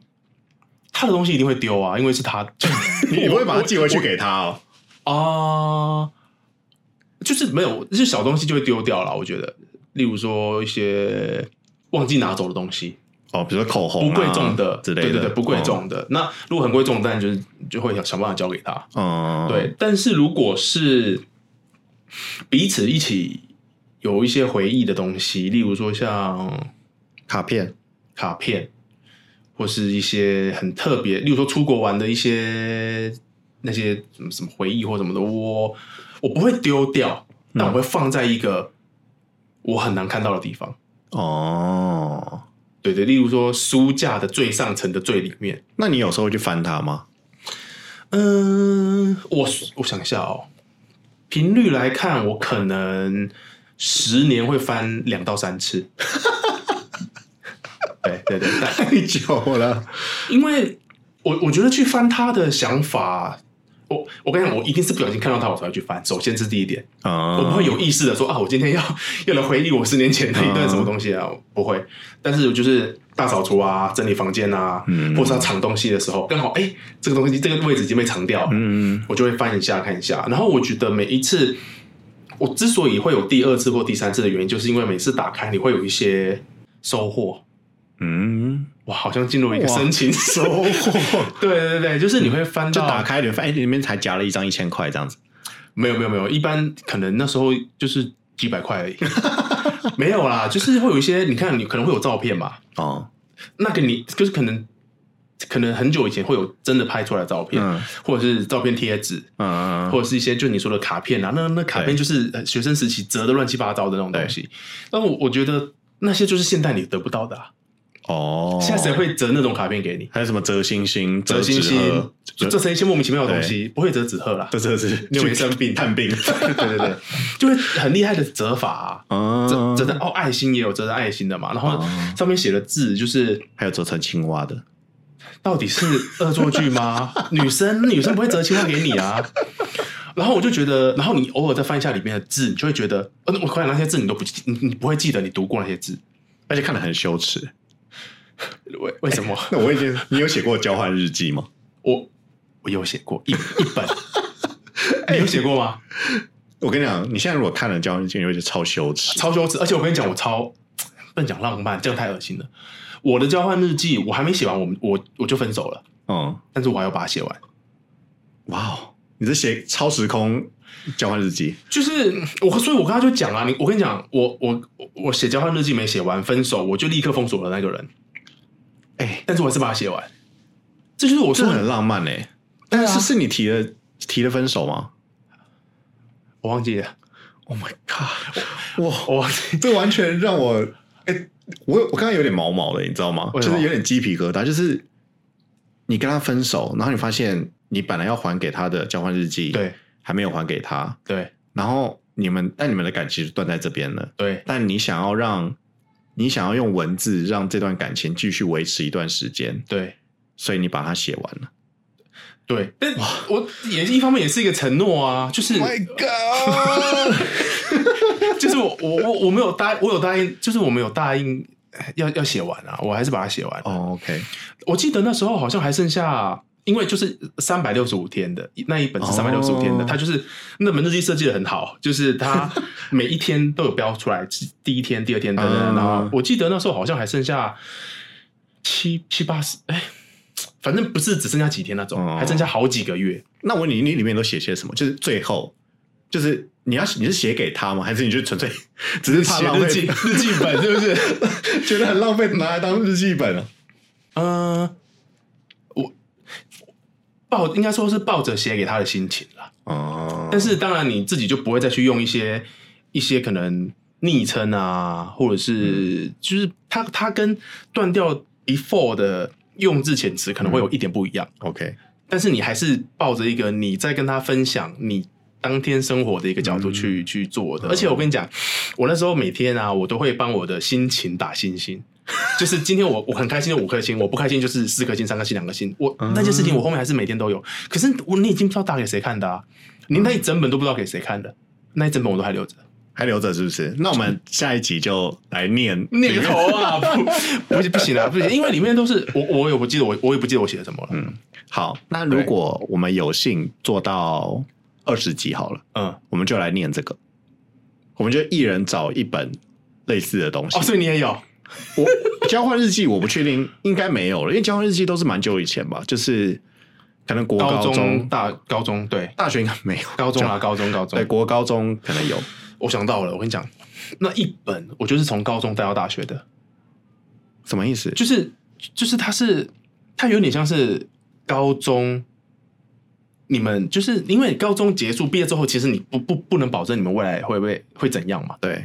Speaker 2: 他的东西一定会丢啊，因为是他。 [coughs]
Speaker 1: 你不会把它寄回去给她哦。
Speaker 2: 啊、就是没有，就是小东西就会丢掉了。我觉得，例如说一些忘记拿走的东西，
Speaker 1: 哦，比如说口红、
Speaker 2: 不
Speaker 1: 啊、
Speaker 2: 贵重的
Speaker 1: 之类的，嗯
Speaker 2: 对对对，不贵重的。那如果很贵重，当然就是就会想想办法交给他。
Speaker 1: 嗯。嗯，
Speaker 2: 对，但是如果是彼此一起有一些回忆的东西，例如说像
Speaker 1: 卡片，
Speaker 2: 卡片，或是一些很特别，例如说出国玩的一些那些什么什么回忆或什么的，我我不会丢掉，但我会放在一个我很难看到的地方。
Speaker 1: 哦，
Speaker 2: 对对，例如说书架的最上层的最里面。
Speaker 1: 那你有时候会去翻它吗？
Speaker 2: 嗯，我我想一下哦，频率来看，我可能十年会翻两到三次。对对对，但
Speaker 1: 太久了，
Speaker 2: 因为我我觉得去翻他的想法，我我跟你讲，我一定是不小心看到他，我才会去翻。首先这是第一点，
Speaker 1: 啊，
Speaker 2: 我不会有意识的说啊，我今天要要来回忆我十年前的一段
Speaker 1: 嗯
Speaker 2: 什么东西啊，我不会。但是就是大扫除啊，整理房间啊，
Speaker 1: 嗯
Speaker 2: 或是要藏东西的时候，刚好哎、这个东西这个位置已经被藏掉了，
Speaker 1: 嗯，
Speaker 2: 我就会翻一下看一下。然后我觉得每一次，我之所以会有第二次或第三次的原因，就是因为每次打开你会有一些收获。
Speaker 1: 嗯
Speaker 2: 哇，好像进入一个
Speaker 1: 哇
Speaker 2: 深情
Speaker 1: 嗯，收获。
Speaker 2: [laughs] 对对对，就是你会翻
Speaker 1: 就
Speaker 2: 到，
Speaker 1: 打开里面发现哎里面才夹了一张一千块这样子，
Speaker 2: 没有没有没有，一般可能那时候就是几百块而 [laughs] 已，没有啦，就是会有一些，你看你可能会有照片嘛，
Speaker 1: 哦，
Speaker 2: 那个你就是可能可能很久以前会有真的拍出来的照片，
Speaker 1: 嗯
Speaker 2: 或者是照片贴纸，
Speaker 1: 嗯
Speaker 2: 或者是一些就你说的卡片啊，那那卡片就是呃学生时期折的乱七八糟的那种东西，但我我觉得那些就是现代你得不到的、啊，
Speaker 1: 哦，
Speaker 2: 现在谁会折那种卡片给你？
Speaker 1: 还有什么折星星、
Speaker 2: 折星
Speaker 1: 纸
Speaker 2: 星
Speaker 1: 鹤，
Speaker 2: 这这是一些莫名其妙的东西，不会折纸鹤啦。
Speaker 1: 这这是
Speaker 2: 你有没生
Speaker 1: 病探病？
Speaker 2: 对 [laughs] 对对，就会很厉害的折法、啊。
Speaker 1: 啊
Speaker 2: 折折的哦，爱心也有折的爱心的嘛，然后
Speaker 1: 哦
Speaker 2: 上面写的字就是
Speaker 1: 还有折成青蛙的，
Speaker 2: 到底是恶作剧吗？ [laughs] 女生女生不会折青蛙给你啊。然后我就觉得，然后你偶尔再翻一下里面的字，你就会觉得，呃，我看那些字你都不记，你你不会记得你读过那些字，
Speaker 1: 而且看得很羞耻。
Speaker 2: 为为什么？
Speaker 1: 那我已经， [laughs] 你有写过交换日记吗？
Speaker 2: [laughs] 我我有写过一一 [laughs] 本，你有写过吗？
Speaker 1: 我跟你讲，你现在如果看了交换日记，你会觉得超羞耻。
Speaker 2: 超羞耻。而且我跟你讲，我超不能讲浪漫，这样太恶心了。我的交换日记我还没写完，我们我我就分手了，
Speaker 1: 嗯，
Speaker 2: 但是我还要把它写完。
Speaker 1: 哇哦，你这写超时空交换日记，
Speaker 2: 就是嗯我，所以我刚刚就讲啊，你我跟你讲，我我我我写交换日记没写完，分手我就立刻封锁了那个人，
Speaker 1: 哎，
Speaker 2: 但是我还是把它写完。这就是我
Speaker 1: 这
Speaker 2: 说
Speaker 1: 很
Speaker 2: 的，
Speaker 1: 浪漫哎。
Speaker 2: 对
Speaker 1: 但
Speaker 2: 啊
Speaker 1: 是是你提的提的分手吗
Speaker 2: 我忘记了，
Speaker 1: ？Oh my god！哇，
Speaker 2: 我忘记
Speaker 1: 这完全让我，哎、我我刚刚有点毛毛的，你知道吗？
Speaker 2: 为
Speaker 1: 就
Speaker 2: 什么
Speaker 1: 是有点鸡皮疙瘩，就是你跟他分手，然后你发现你本来要还给他的交换日记，，
Speaker 2: 对
Speaker 1: 还没有还给他，
Speaker 2: 对
Speaker 1: 然后你们但你们的感情就断在这边了，
Speaker 2: 对
Speaker 1: 但你想要让你想要用文字让这段感情继续维持一段时间，
Speaker 2: 对
Speaker 1: 所以你把它写完了。
Speaker 2: 对，但我也一方面也是一个承诺啊，就是
Speaker 1: god！
Speaker 2: 就是我我我我没有答，我有答应，就是我没有答应要要写完啊，我还是把它写完。
Speaker 1: [laughs] 哦、o k
Speaker 2: 我记得那时候好像还剩下，因为就是三百六十五天的那一本是
Speaker 1: 哦
Speaker 2: 三百六十五天的，它就是那本日记设计的很好，就是
Speaker 1: [laughs]
Speaker 2: 它每一天都有标出来，第一天、第二天等等。
Speaker 1: 嗯
Speaker 2: 然后我记得那时候好像还剩下七七八十，哎，反正不是只剩下几天那种，
Speaker 1: 哦
Speaker 2: 还剩下好几个月。
Speaker 1: 那我问你，你里面都写些什么？就是最后，就是你要你是写给他吗？还是你就纯粹只是怕
Speaker 2: 写
Speaker 1: 浪费
Speaker 2: 日记日记本是不是？
Speaker 1: [laughs] 觉得很浪费，拿来当日记本啊。
Speaker 2: 嗯，我抱应该说是抱着写给他的心情啦。
Speaker 1: 哦
Speaker 2: 但是当然你自己就不会再去用一些一些可能昵称啊，或者是、就是它它跟断掉 before 的用字遣词可能会有一点不一样，
Speaker 1: OK，
Speaker 2: 但是你还是抱着一个你在跟他分享你当天生活的一个角度去、去做的。而且我跟你讲，我那时候每天啊，我都会帮我的心情打星 [laughs] 星。就是今天我我很开心就五颗星，我不开心就是四颗星、三颗星、两颗星。我那件事情我后面还是每天都有，可是我你已经不知道打给谁看的啊，你那一整本都不知道给谁看的，那一整本我都还留着。
Speaker 1: 还留着是不是？那我们下一集就来念
Speaker 2: 那个头啊， [laughs] 不不不行啊，不行，因为里面都是我我也不记得我我也不记得我写了什么了。嗯
Speaker 1: 好，那如果我们有幸做到二十集好了，
Speaker 2: 嗯，
Speaker 1: 我们就来念这个，我们就一人找一本类似的东西。
Speaker 2: 哦，所以你也有，
Speaker 1: 我 [laughs] 交换日记我不确定，应该没有了，因为交换日记都是蛮久以前吧，就是可能国
Speaker 2: 高
Speaker 1: 高
Speaker 2: 中、大高中对，
Speaker 1: 大学应该没有，
Speaker 2: 高中啊，高中高
Speaker 1: 对
Speaker 2: 中。
Speaker 1: 国高中可能有。
Speaker 2: 我想到了，我跟你讲，那一本我就是从高中带到大学的，
Speaker 1: 什么意思？
Speaker 2: 就是就是它是它有点像是高中。你们就是因为高中结束毕业之后，其实你不不不能保证你们未来会不会会怎样嘛，
Speaker 1: 对，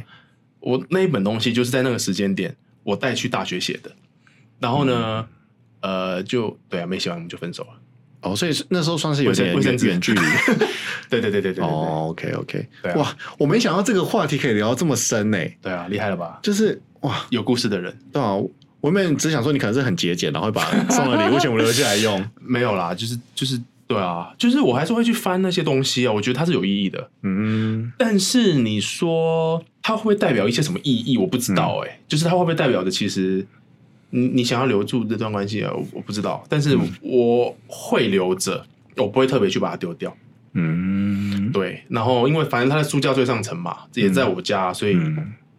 Speaker 2: 我那一本东西就是在那个时间点我带去大学写的，然后呢，呃，就对啊，没写完我们就分手了。
Speaker 1: 哦，所以是那时候算是有点
Speaker 2: 卫
Speaker 1: 远
Speaker 2: 生卫生纸
Speaker 1: 远距离。
Speaker 2: [laughs] 对对对对对对对，
Speaker 1: 哦，OK OK，
Speaker 2: 对啊
Speaker 1: 哇，我没想到这个话题可以聊到这么深呢、
Speaker 2: 对啊，厉害了吧？
Speaker 1: 就是哇，
Speaker 2: 有故事的人
Speaker 1: 对啊，我原本只想说你可能是很节俭，然后会把送的礼物全部留下来
Speaker 2: [laughs]
Speaker 1: 用。
Speaker 2: 没有啦，就是就是对啊，就是我还是会去翻那些东西啊，我觉得它是有意义的。
Speaker 1: 嗯，
Speaker 2: 但是你说它会不会代表一些什么意义？我不知道哎、就是它会不会代表的其实。你你想要留住这段关系啊？我我不知道，但是我会留着，我不会特别去把它丢掉。
Speaker 1: 嗯，
Speaker 2: 对，然后因为反正他的书架最上层嘛，这也在我家，所以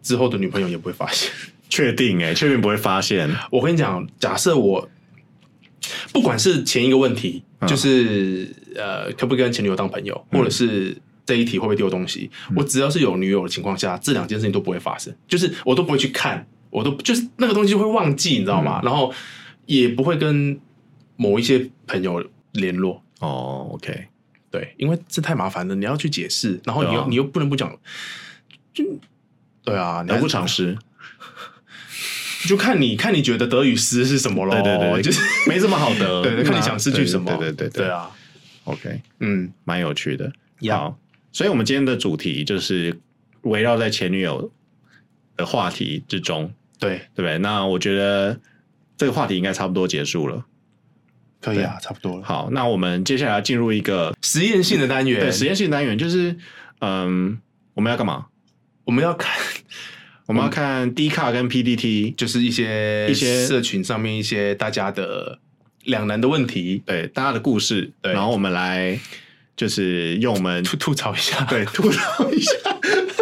Speaker 2: 之后的女朋友也不会发现。
Speaker 1: 确定哎、确定不会发现。
Speaker 2: 我跟你讲，假设我不管是前一个问题，
Speaker 1: 嗯
Speaker 2: 就是、呃，可不可以跟前女友当朋友，或者是这一题会不会丢东西，
Speaker 1: 嗯
Speaker 2: 我只要是有女友的情况下，这两件事情都不会发生，就是我都不会去看，我都就是那个东西会忘记，你知道吗？
Speaker 1: 嗯
Speaker 2: 然后也不会跟某一些朋友联络，
Speaker 1: 哦，OK，
Speaker 2: 对，因为这太麻烦了，你要去解释，然后你
Speaker 1: 对
Speaker 2: 又、
Speaker 1: 啊
Speaker 2: 你又不能不讲，就对啊，你
Speaker 1: 得
Speaker 2: 还
Speaker 1: 不偿失。
Speaker 2: 就看你看你觉得得与失是什么咯，
Speaker 1: 对对对，
Speaker 2: 哦就是
Speaker 1: 没什么好得。
Speaker 2: [laughs] 对对，看你想失去
Speaker 1: 对
Speaker 2: 什么，
Speaker 1: 对对对
Speaker 2: 对
Speaker 1: 对
Speaker 2: 啊，
Speaker 1: ，OK，
Speaker 2: 嗯，
Speaker 1: 蛮有趣的。
Speaker 2: 呀
Speaker 1: 好，所以我们今天的主题就是围绕在前女友的话题之中，
Speaker 2: 对，
Speaker 1: 对不对？那我觉得这个话题应该差不多结束了。
Speaker 2: 可以啊，差不多了。
Speaker 1: 好，那我们接下来要进入一个
Speaker 2: 实验性的单元，
Speaker 1: 对实验性单元，就是嗯，我们要干嘛？
Speaker 2: 我们要看 [laughs]
Speaker 1: 我
Speaker 2: 嗯
Speaker 1: 们要看 D 卡跟 PDT，
Speaker 2: 就是一些
Speaker 1: 一些
Speaker 2: 社群上面一些大家的两难的问题，
Speaker 1: 对大家的故事，
Speaker 2: 对
Speaker 1: 然后我们来就是用我们
Speaker 2: 吐吐槽一下，
Speaker 1: 对吐槽一下，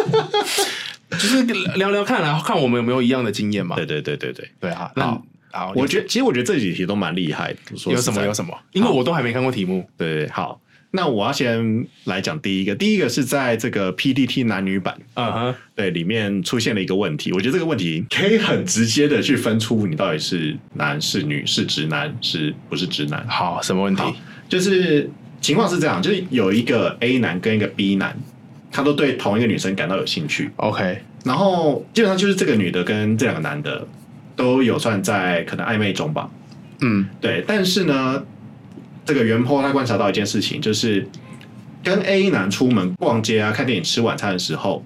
Speaker 2: [laughs] 就是聊聊看啊，看我们有没有一样的经验嘛
Speaker 1: 对，对对对对，
Speaker 2: 对啊，那
Speaker 1: 好
Speaker 2: 好，
Speaker 1: 我觉得其实我觉得这几题都蛮厉害的，说
Speaker 2: 有
Speaker 1: 实
Speaker 2: 什么
Speaker 1: 在
Speaker 2: 有什么，因为我都还没看过题目，
Speaker 1: 对对对好。那我要先来讲第一个，第一个是在这个 PDT 男女版
Speaker 2: 嗯哼，
Speaker 1: 对里面出现了一个问题，我觉得这个问题可以很直接的去分出你到底是男是女是直男是不是直男。
Speaker 2: 好，什么问题？
Speaker 1: 好就是情况是这样，就是有一个 A 男跟一个 B 男，他都对同一个女生感到有兴趣，
Speaker 2: OK，
Speaker 1: 然后基本上就是这个女的跟这两个男的都有算在可能暧昧中吧。
Speaker 2: 嗯
Speaker 1: 对，但是呢，这个袁坡他观察到一件事情，就是跟 A 男出门逛街啊、看电影、吃晚餐的时候，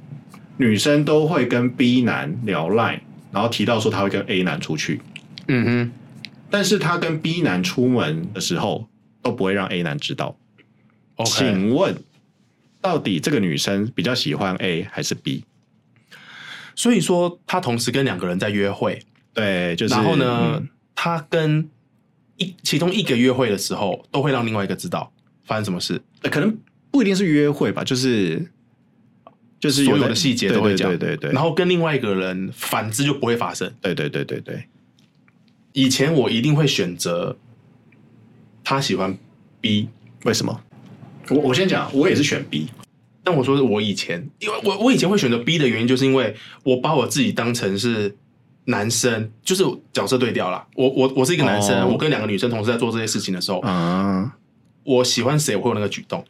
Speaker 1: 女生都会跟 B 男聊赖，然后提到说她会跟 A 男出去，
Speaker 2: 嗯
Speaker 1: 但是她跟 B 男出门的时候都不会让 A 男知道。
Speaker 2: 哼，OK，
Speaker 1: 请问，到底这个女生比较喜欢 A 还是 B？
Speaker 2: 所以说他同时跟两个人在约会，
Speaker 1: 对，就是
Speaker 2: 然后呢，
Speaker 1: 嗯
Speaker 2: 他跟一其中一个约会的时候，都会让另外一个知道发生什么事，
Speaker 1: 呃可能不一定是约会吧，就是就是
Speaker 2: 所有
Speaker 1: 在
Speaker 2: 的细节都会讲，
Speaker 1: 对对对对对，
Speaker 2: 然后跟另外一个人，反之就不会发生。
Speaker 1: 对对对对对，
Speaker 2: 以前我一定会选择他喜欢 B，
Speaker 1: 为什么？我我先讲，我也是选 B，
Speaker 2: 但我说是我以前，因为我我以前会选择 B 的原因，就是因为我把我自己当成是男生，就是角色对调啦。我我我是一个男生，
Speaker 1: 哦
Speaker 2: 我跟两个女生同时在做这些事情的时候，
Speaker 1: 啊，
Speaker 2: 我喜欢谁，我会有那个举动，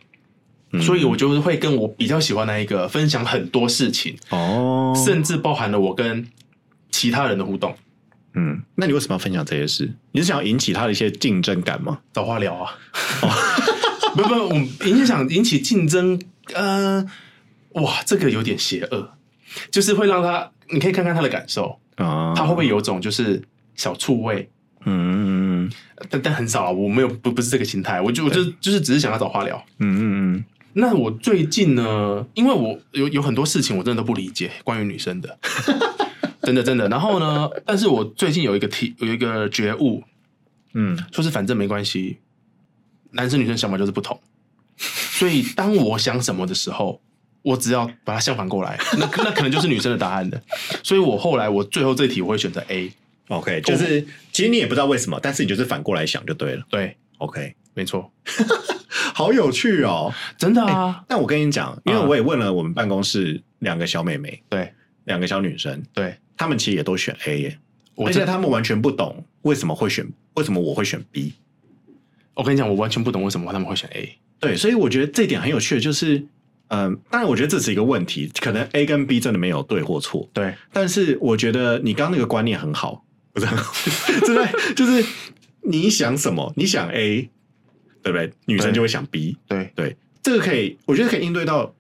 Speaker 1: 嗯
Speaker 2: 所以我就是会跟我比较喜欢那一个分享很多事情，
Speaker 1: 哦，
Speaker 2: 甚至包含了我跟其他人的互动。
Speaker 1: 嗯，那你为什么要分享这些事？你是想要引起他的一些竞争感吗？
Speaker 2: 找话聊啊。 [laughs] 不不，我们影响引起竞争，呃，哇，这个有点邪恶，就是会让他，你可以看看他的感受，
Speaker 1: 啊，
Speaker 2: 他会不会有种就是小醋味？
Speaker 1: 嗯？嗯嗯
Speaker 2: 但但很少啊，我没有不不是这个心态，我就我就就是只是想要找话聊。
Speaker 1: 嗯嗯
Speaker 2: 那我最近呢，因为我有有很多事情我真的都不理解关于女生的，真的真的。然后呢，但是我最近有一个体有一个觉悟，
Speaker 1: 嗯嗯，
Speaker 2: 说是反正没关系，男生女生想法就是不同，所以当我想什么的时候，我只要把它相反过来，那那可能就是女生的答案的。所以我后来我最后这题我会选择 A，
Speaker 1: OK，就是其实你也不知道为什么，但是你就是反过来想就对了。
Speaker 2: 对，
Speaker 1: OK，
Speaker 2: 没错，
Speaker 1: 好有趣哦。
Speaker 2: 真的啊，
Speaker 1: 但我跟你讲，因为我也问了我们办公室两个小妹妹，
Speaker 2: 对
Speaker 1: 两个小女生，
Speaker 2: 对，
Speaker 1: 她们其实也都选 A 耶，
Speaker 2: 我
Speaker 1: 而且
Speaker 2: 真
Speaker 1: 她们完全不懂为什么会选，为什么我会选 B。
Speaker 2: 我跟你讲，我完全不懂为什么他们会选 A，
Speaker 1: 对，所以我觉得这一点很有趣，就是嗯、当然我觉得这是一个问题，可能 A 跟 B 真的没有对或错，
Speaker 2: 对
Speaker 1: 但是我觉得你刚刚那个观念很好，不是很好， [laughs] 真的就是你想什么，你想 A，对不对？女生就会想 B，
Speaker 2: 对，
Speaker 1: 对，这个可以，我觉得可以应对到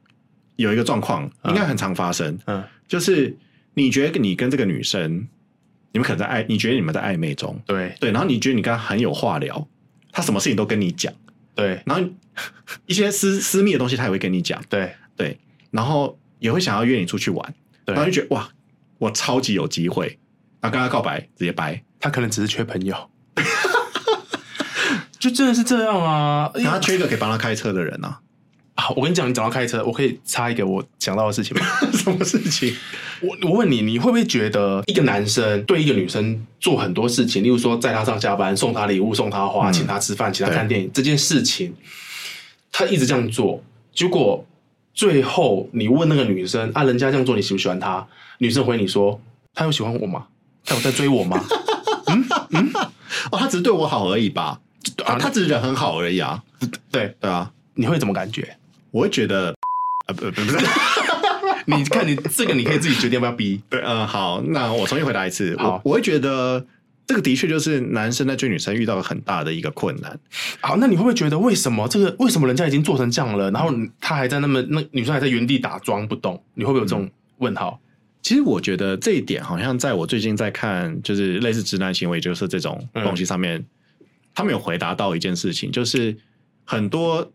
Speaker 1: 有一个状况，
Speaker 2: 嗯
Speaker 1: 应该很常发生，
Speaker 2: 嗯，
Speaker 1: 就是你觉得你跟这个女生，你们可能在暧，你觉得你们在暧昧中，
Speaker 2: 对
Speaker 1: 对，然后你觉得你跟她很有话聊，她什么事情都跟你讲，
Speaker 2: 对
Speaker 1: 然后一些私私密的东西她也会跟你讲，
Speaker 2: 对
Speaker 1: 对，然后也会想要约你出去玩。然后就
Speaker 2: 对，
Speaker 1: 觉得哇，我超级有机会，然后跟他告白直接掰，
Speaker 2: 他可能只是缺朋友。 [laughs] 就真的是这样啊！
Speaker 1: 然后他缺一个可以帮他开车的人 [laughs] 啊，
Speaker 2: 啊，我跟你讲，你讲到开车，我可以插一个我想到的事情吗？
Speaker 1: 什么事情？
Speaker 2: 我我问你，你会不会觉得一个男生对一个女生做很多事情，例如说载她上下班、送她礼物、送她花、
Speaker 1: 嗯
Speaker 2: 请她吃饭、请她
Speaker 1: 对
Speaker 2: 看电影这件事情，他一直这样做，结果最后你问那个女生啊，人家这样做你喜不喜欢她？女生回你说，她有喜欢我吗？她有在追我吗？
Speaker 1: [laughs] 哦，他只是对我好而已吧？他
Speaker 2: 啊
Speaker 1: 他只是人很好而已啊，
Speaker 2: 对，
Speaker 1: 对啊，
Speaker 2: 你会怎么感觉？
Speaker 1: 我会觉 [laughs] 得啊不不不是
Speaker 2: 你看你这个，你可以自己决定要不要逼。
Speaker 1: [laughs] 对嗯好，那我重新回答一次，我
Speaker 2: 好
Speaker 1: 我会觉得这个的确就是男生在追女生遇到很大的一个困难，
Speaker 2: 好，那你会不会觉得为什么这个为什么人家已经做成这样了，然后你他还在那么那女生还在原地打桩不动？你会不会有
Speaker 1: 嗯
Speaker 2: 这种问号？
Speaker 1: 其实我觉得这一点好像在我最近在看，就是类似直男行为，就是这种东西上面，他们有回答到一件事情，就是很多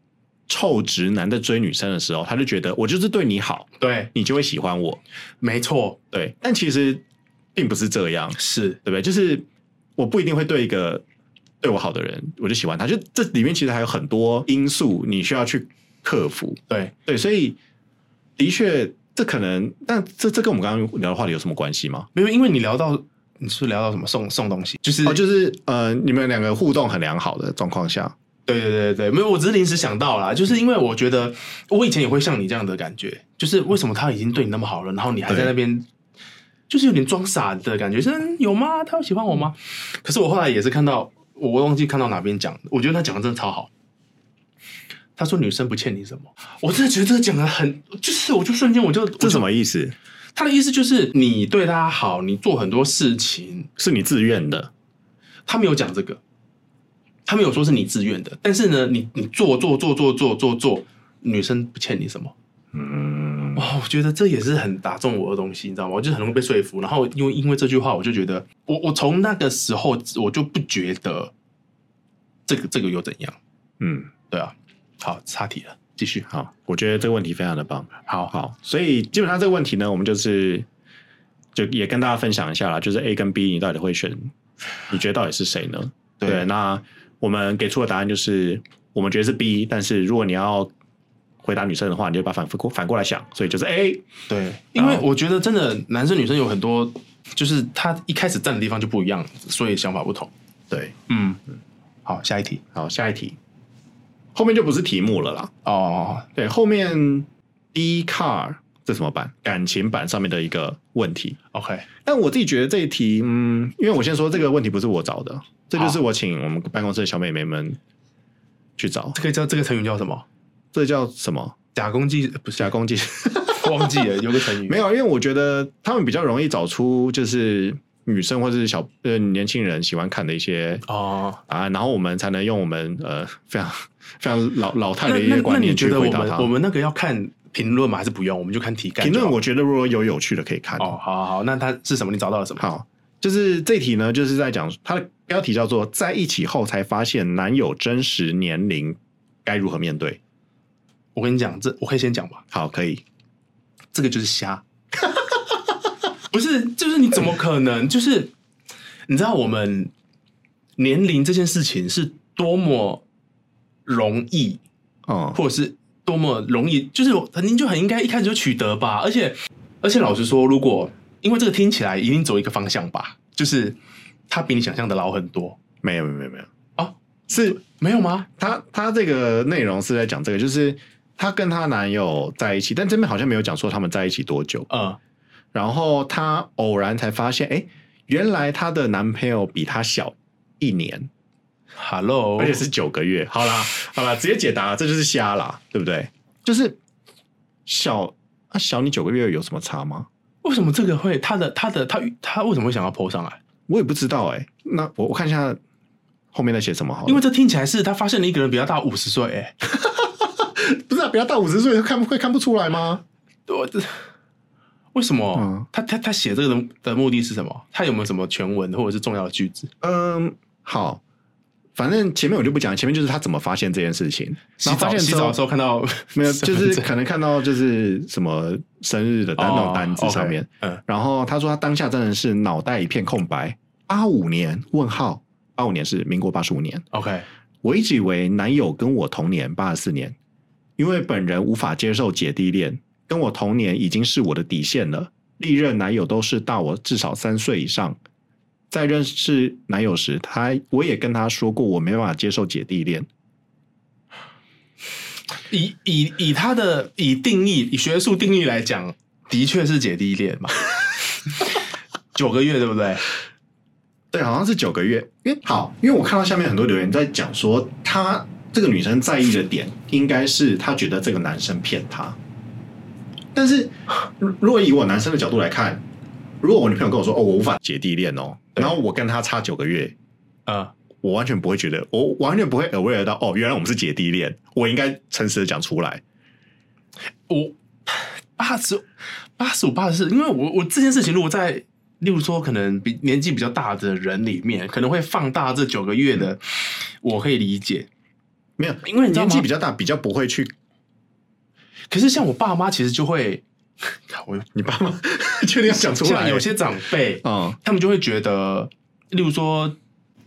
Speaker 1: 臭直男在追女生的时候，他就觉得我就是对你好，
Speaker 2: 对，
Speaker 1: 你就会喜欢我，
Speaker 2: 没错，
Speaker 1: 对，但其实并不是这样，
Speaker 2: 是
Speaker 1: 对不对？就是我不一定会对一个对我好的人，我就喜欢他，就这里面其实还有很多因素你需要去克服，
Speaker 2: 对，
Speaker 1: 对，所以的确。这可能，但这这跟我们刚刚聊的话题有什么关系吗？
Speaker 2: 没有，因为你聊到你是不是聊到什么送送东西，就是、
Speaker 1: 哦，就是呃，你们两个互动很良好的状况下，
Speaker 2: 对对对对，没有，我只是临时想到啦，就是因为我觉得我以前也会像你这样的感觉，就是为什么他已经对你那么好了，然后你还在那边。就是有点装傻的感觉，是嗯有吗？他有喜欢我吗？可是我后来也是看到，我忘记看到哪边讲的，我觉得他讲的真的超好。他说女生不欠你什么，我真的觉得这个讲的很，就是我就瞬间我就
Speaker 1: 这
Speaker 2: 我
Speaker 1: 什
Speaker 2: 就
Speaker 1: 么意思？
Speaker 2: 他的意思就是你对他好，你做很多事情，
Speaker 1: 是你自愿的
Speaker 2: 他没有讲这个，他没有说是你自愿的，但是呢，你你做做做做做做做，女生不欠你什么。嗯，哇，我觉得这也是很打中我的东西，你知道吗？我就很容易被说服，然后因为因为这句话，我就觉得，我我从那个时候我就不觉得这个这个又怎样，
Speaker 1: 嗯，
Speaker 2: 对啊。好，岔题了，继续。
Speaker 1: 好，我觉得这个问题非常的棒，
Speaker 2: 好好，
Speaker 1: 好，所以基本上这个问题呢，我们就是就也跟大家分享一下啦，就是 A 跟 B 你到底会选，你觉得到底是谁呢？
Speaker 2: 对
Speaker 1: 那我们给出的答案就是我们觉得是 B，但是如果你要回答女生的话，你就把反复过反过来想，所以就是 A，
Speaker 2: 对，因为我觉得真的男生女生有很多，就是他一开始站的地方就不一样，所以想法不同。
Speaker 1: 对，
Speaker 2: 嗯，好，下一题。
Speaker 1: 好，下一题，后面就不是题目了啦。
Speaker 2: 哦，
Speaker 1: 对，后面 D car 这什么版？感情版上面的一个问题。
Speaker 2: OK，
Speaker 1: 但我自己觉得这一题，嗯，因为我先说这个问题不是我找的，这就是我请我们办公室的小美眉们去找。
Speaker 2: 这个叫这个成语叫什么？
Speaker 1: 这叫什么？
Speaker 2: 假公济呃不是
Speaker 1: 假公济 [laughs] 私？
Speaker 2: [laughs] 忘记了，有个成语
Speaker 1: 没有，因为我觉得他们比较容易找出就是女生或者是小呃年轻人喜欢看的一些
Speaker 2: 哦。
Speaker 1: 答案，然后我们才能用我们呃非常非常老老态
Speaker 2: 那
Speaker 1: 的一
Speaker 2: 那
Speaker 1: 些
Speaker 2: 那
Speaker 1: 观
Speaker 2: 你
Speaker 1: 念
Speaker 2: 觉
Speaker 1: 去
Speaker 2: 得
Speaker 1: 回
Speaker 2: 我
Speaker 1: 答
Speaker 2: 们
Speaker 1: 他。
Speaker 2: 我们那个要看评论吗？还是不用？我们就看题干
Speaker 1: 评
Speaker 2: 就好。
Speaker 1: 论我觉得如果有有趣的可以看。
Speaker 2: 哦，好好好，那它是什么？你找到了什么？
Speaker 1: 好，就是这题呢，就是在讲它的标题叫做“在一起后才发现男友真实年龄该如何面对
Speaker 2: 我跟你讲，这我可以先讲吧”。。 [laughs]
Speaker 1: 好，可以。
Speaker 2: 这个就是瞎，不是，就是你怎么可能？就是你知道我们年龄这件事情是多么容易，
Speaker 1: 哦、
Speaker 2: 或者是多么容易，就是肯定就很应该一开始就取得吧。而且而且老实说，如果因为这个听起来一定走一个方向吧，就是他比你想象的老很多
Speaker 1: 没有没有没有没有，
Speaker 2: 啊，
Speaker 1: 是
Speaker 2: 没有吗？
Speaker 1: 她她这个内容是在讲这个，就是她跟她男友在一起，但这边好像没有讲说他们在一起多久。
Speaker 2: 嗯，
Speaker 1: 然后她偶然才发现，哎，原来她的男朋友比她小一年，
Speaker 2: Hello，
Speaker 1: 而且是九个月。好啦，好啦，直接解答，这就是瞎啦，对不对？就是小啊，小你九个月有什么差吗？
Speaker 2: 为什么这个会他的他的他他为什么会想要 PO 上来？
Speaker 1: 我也不知道哎、那我我看一下后面在写什么好了，
Speaker 2: 因为这听起来是他发现了一个人比较大五十岁，哎，
Speaker 1: 不是、啊、不要到五十岁看会看不出来吗？
Speaker 2: 我这为什么？
Speaker 1: 嗯
Speaker 2: 他他他写这个的的目的是什么？他有没有什么全文或者是重要的句子？
Speaker 1: 嗯，好，反正前面我就不讲，前面就是他怎么发现这件事情，
Speaker 2: 洗
Speaker 1: 然后发
Speaker 2: 澡
Speaker 1: 现之
Speaker 2: 洗澡
Speaker 1: 后
Speaker 2: 的时候看到
Speaker 1: 没有，
Speaker 2: 身
Speaker 1: 就
Speaker 2: 份 [laughs]
Speaker 1: 是
Speaker 2: 证
Speaker 1: 可能看到就是什么生日的单、那种
Speaker 2: 哦
Speaker 1: 单子上面，
Speaker 2: OK，嗯，
Speaker 1: 然后他说他当下真的是脑袋一片空白，八五年问号，八五年是民国八十五年，
Speaker 2: ，OK，
Speaker 1: 我一直以为男友跟我同年八十四年，因为本人无法接受姐弟恋，跟我同年已经是我的底线了。历任男友都是大我至少三岁以上。在认识男友时，他我也跟他说过我没办法接受姐弟恋。
Speaker 2: 以以以他的以定义以学术定义来讲，的确是姐弟恋嘛， [laughs] 九个月对不对？
Speaker 1: 对，好像是九个月。因为好，因为我看到下面很多留言在讲说，她这个女生在意的点应该是她觉得这个男生骗她。但是如如果以我男生的角度来看，如果我女朋友跟我说：“哦，我无法姐弟恋哦”，
Speaker 2: 对
Speaker 1: 然后我跟她差九个月，
Speaker 2: 嗯，
Speaker 1: 我完全不会觉得，我完全不会 aware 到哦，原来我们是姐弟恋，我应该诚实的讲出来。
Speaker 2: 我八十八十五八十四，因为我我这件事情如果在，例如说可能比年纪比较大的人里面，可能会放大这九个月的，我可以理解。
Speaker 1: 没有，
Speaker 2: 因为你知道
Speaker 1: 年
Speaker 2: 吗
Speaker 1: 纪比较大，比较不会去。
Speaker 2: 可是像我爸妈其实就会， [laughs] 我
Speaker 1: 你爸妈 [laughs] 确定要讲出
Speaker 2: 像
Speaker 1: 来？
Speaker 2: 有些长辈，
Speaker 1: 嗯，
Speaker 2: 他们就会觉得，例如说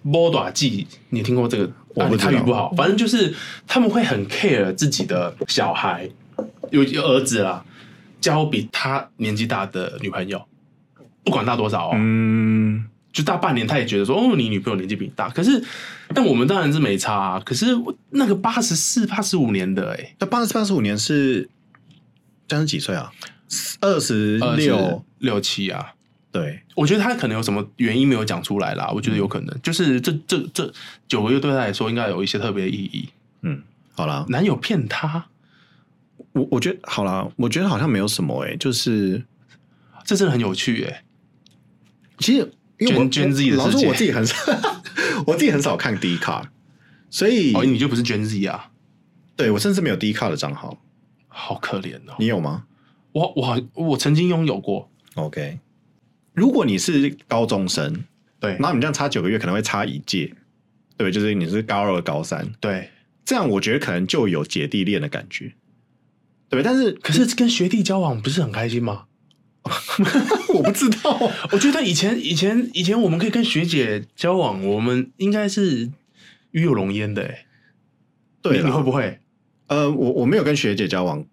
Speaker 2: 摸短记，你听过这个？
Speaker 1: 我不知
Speaker 2: 啊
Speaker 1: 道
Speaker 2: 你台语不好，反正就是他们会很 care 自己的小孩，有有儿子啦，交比他年纪大的女朋友，不管大多少哦，
Speaker 1: 嗯，
Speaker 2: 就大半年，他也觉得说，哦，你女朋友年纪比你大。可是，但我们当然是没差、啊。可是我那个八十四、八十五年的、欸，
Speaker 1: 那八十八十五年是将近几岁啊？二十
Speaker 2: 哎，
Speaker 1: 六，
Speaker 2: 六七啊，
Speaker 1: 对，
Speaker 2: 我觉得他可能有什么原因没有讲出来啦。我觉得有可能，就是这这这九个月对他来说应该有一些特别的意义。
Speaker 1: 嗯，好啦，
Speaker 2: 男友骗他，
Speaker 1: 我我觉得好啦，我觉得好像没有什么诶、欸就是
Speaker 2: 这真的很有趣、欸，哎，
Speaker 1: 其实因为我
Speaker 2: Gen- Gen Z 的
Speaker 1: 老实说
Speaker 2: 世界
Speaker 1: 我自己很少， [laughs] 我自己很少看 D 卡，所以、
Speaker 2: 哦，你就不是 Gen Z 啊，
Speaker 1: 对我甚至没有 D 卡的账号，
Speaker 2: 好可怜哦。
Speaker 1: 你有吗
Speaker 2: 我我好我曾经拥有过，
Speaker 1: ？OK，如果你是高中生，
Speaker 2: 对
Speaker 1: 然后你这样差九个月，可能会差一届，对，就是你是高二、高三，
Speaker 2: 对。
Speaker 1: 这样我觉得可能就有姐弟恋的感觉，对，但是
Speaker 2: 可是跟学弟交往不是很开心吗？
Speaker 1: 我不知道啊、
Speaker 2: 我觉得以前以前以前我们可以跟学姐交往，我们应该是与有容焉的、欸。
Speaker 1: 对
Speaker 2: 你你会
Speaker 1: 了，
Speaker 2: 不会？
Speaker 1: 呃，我我没有跟学姐交往，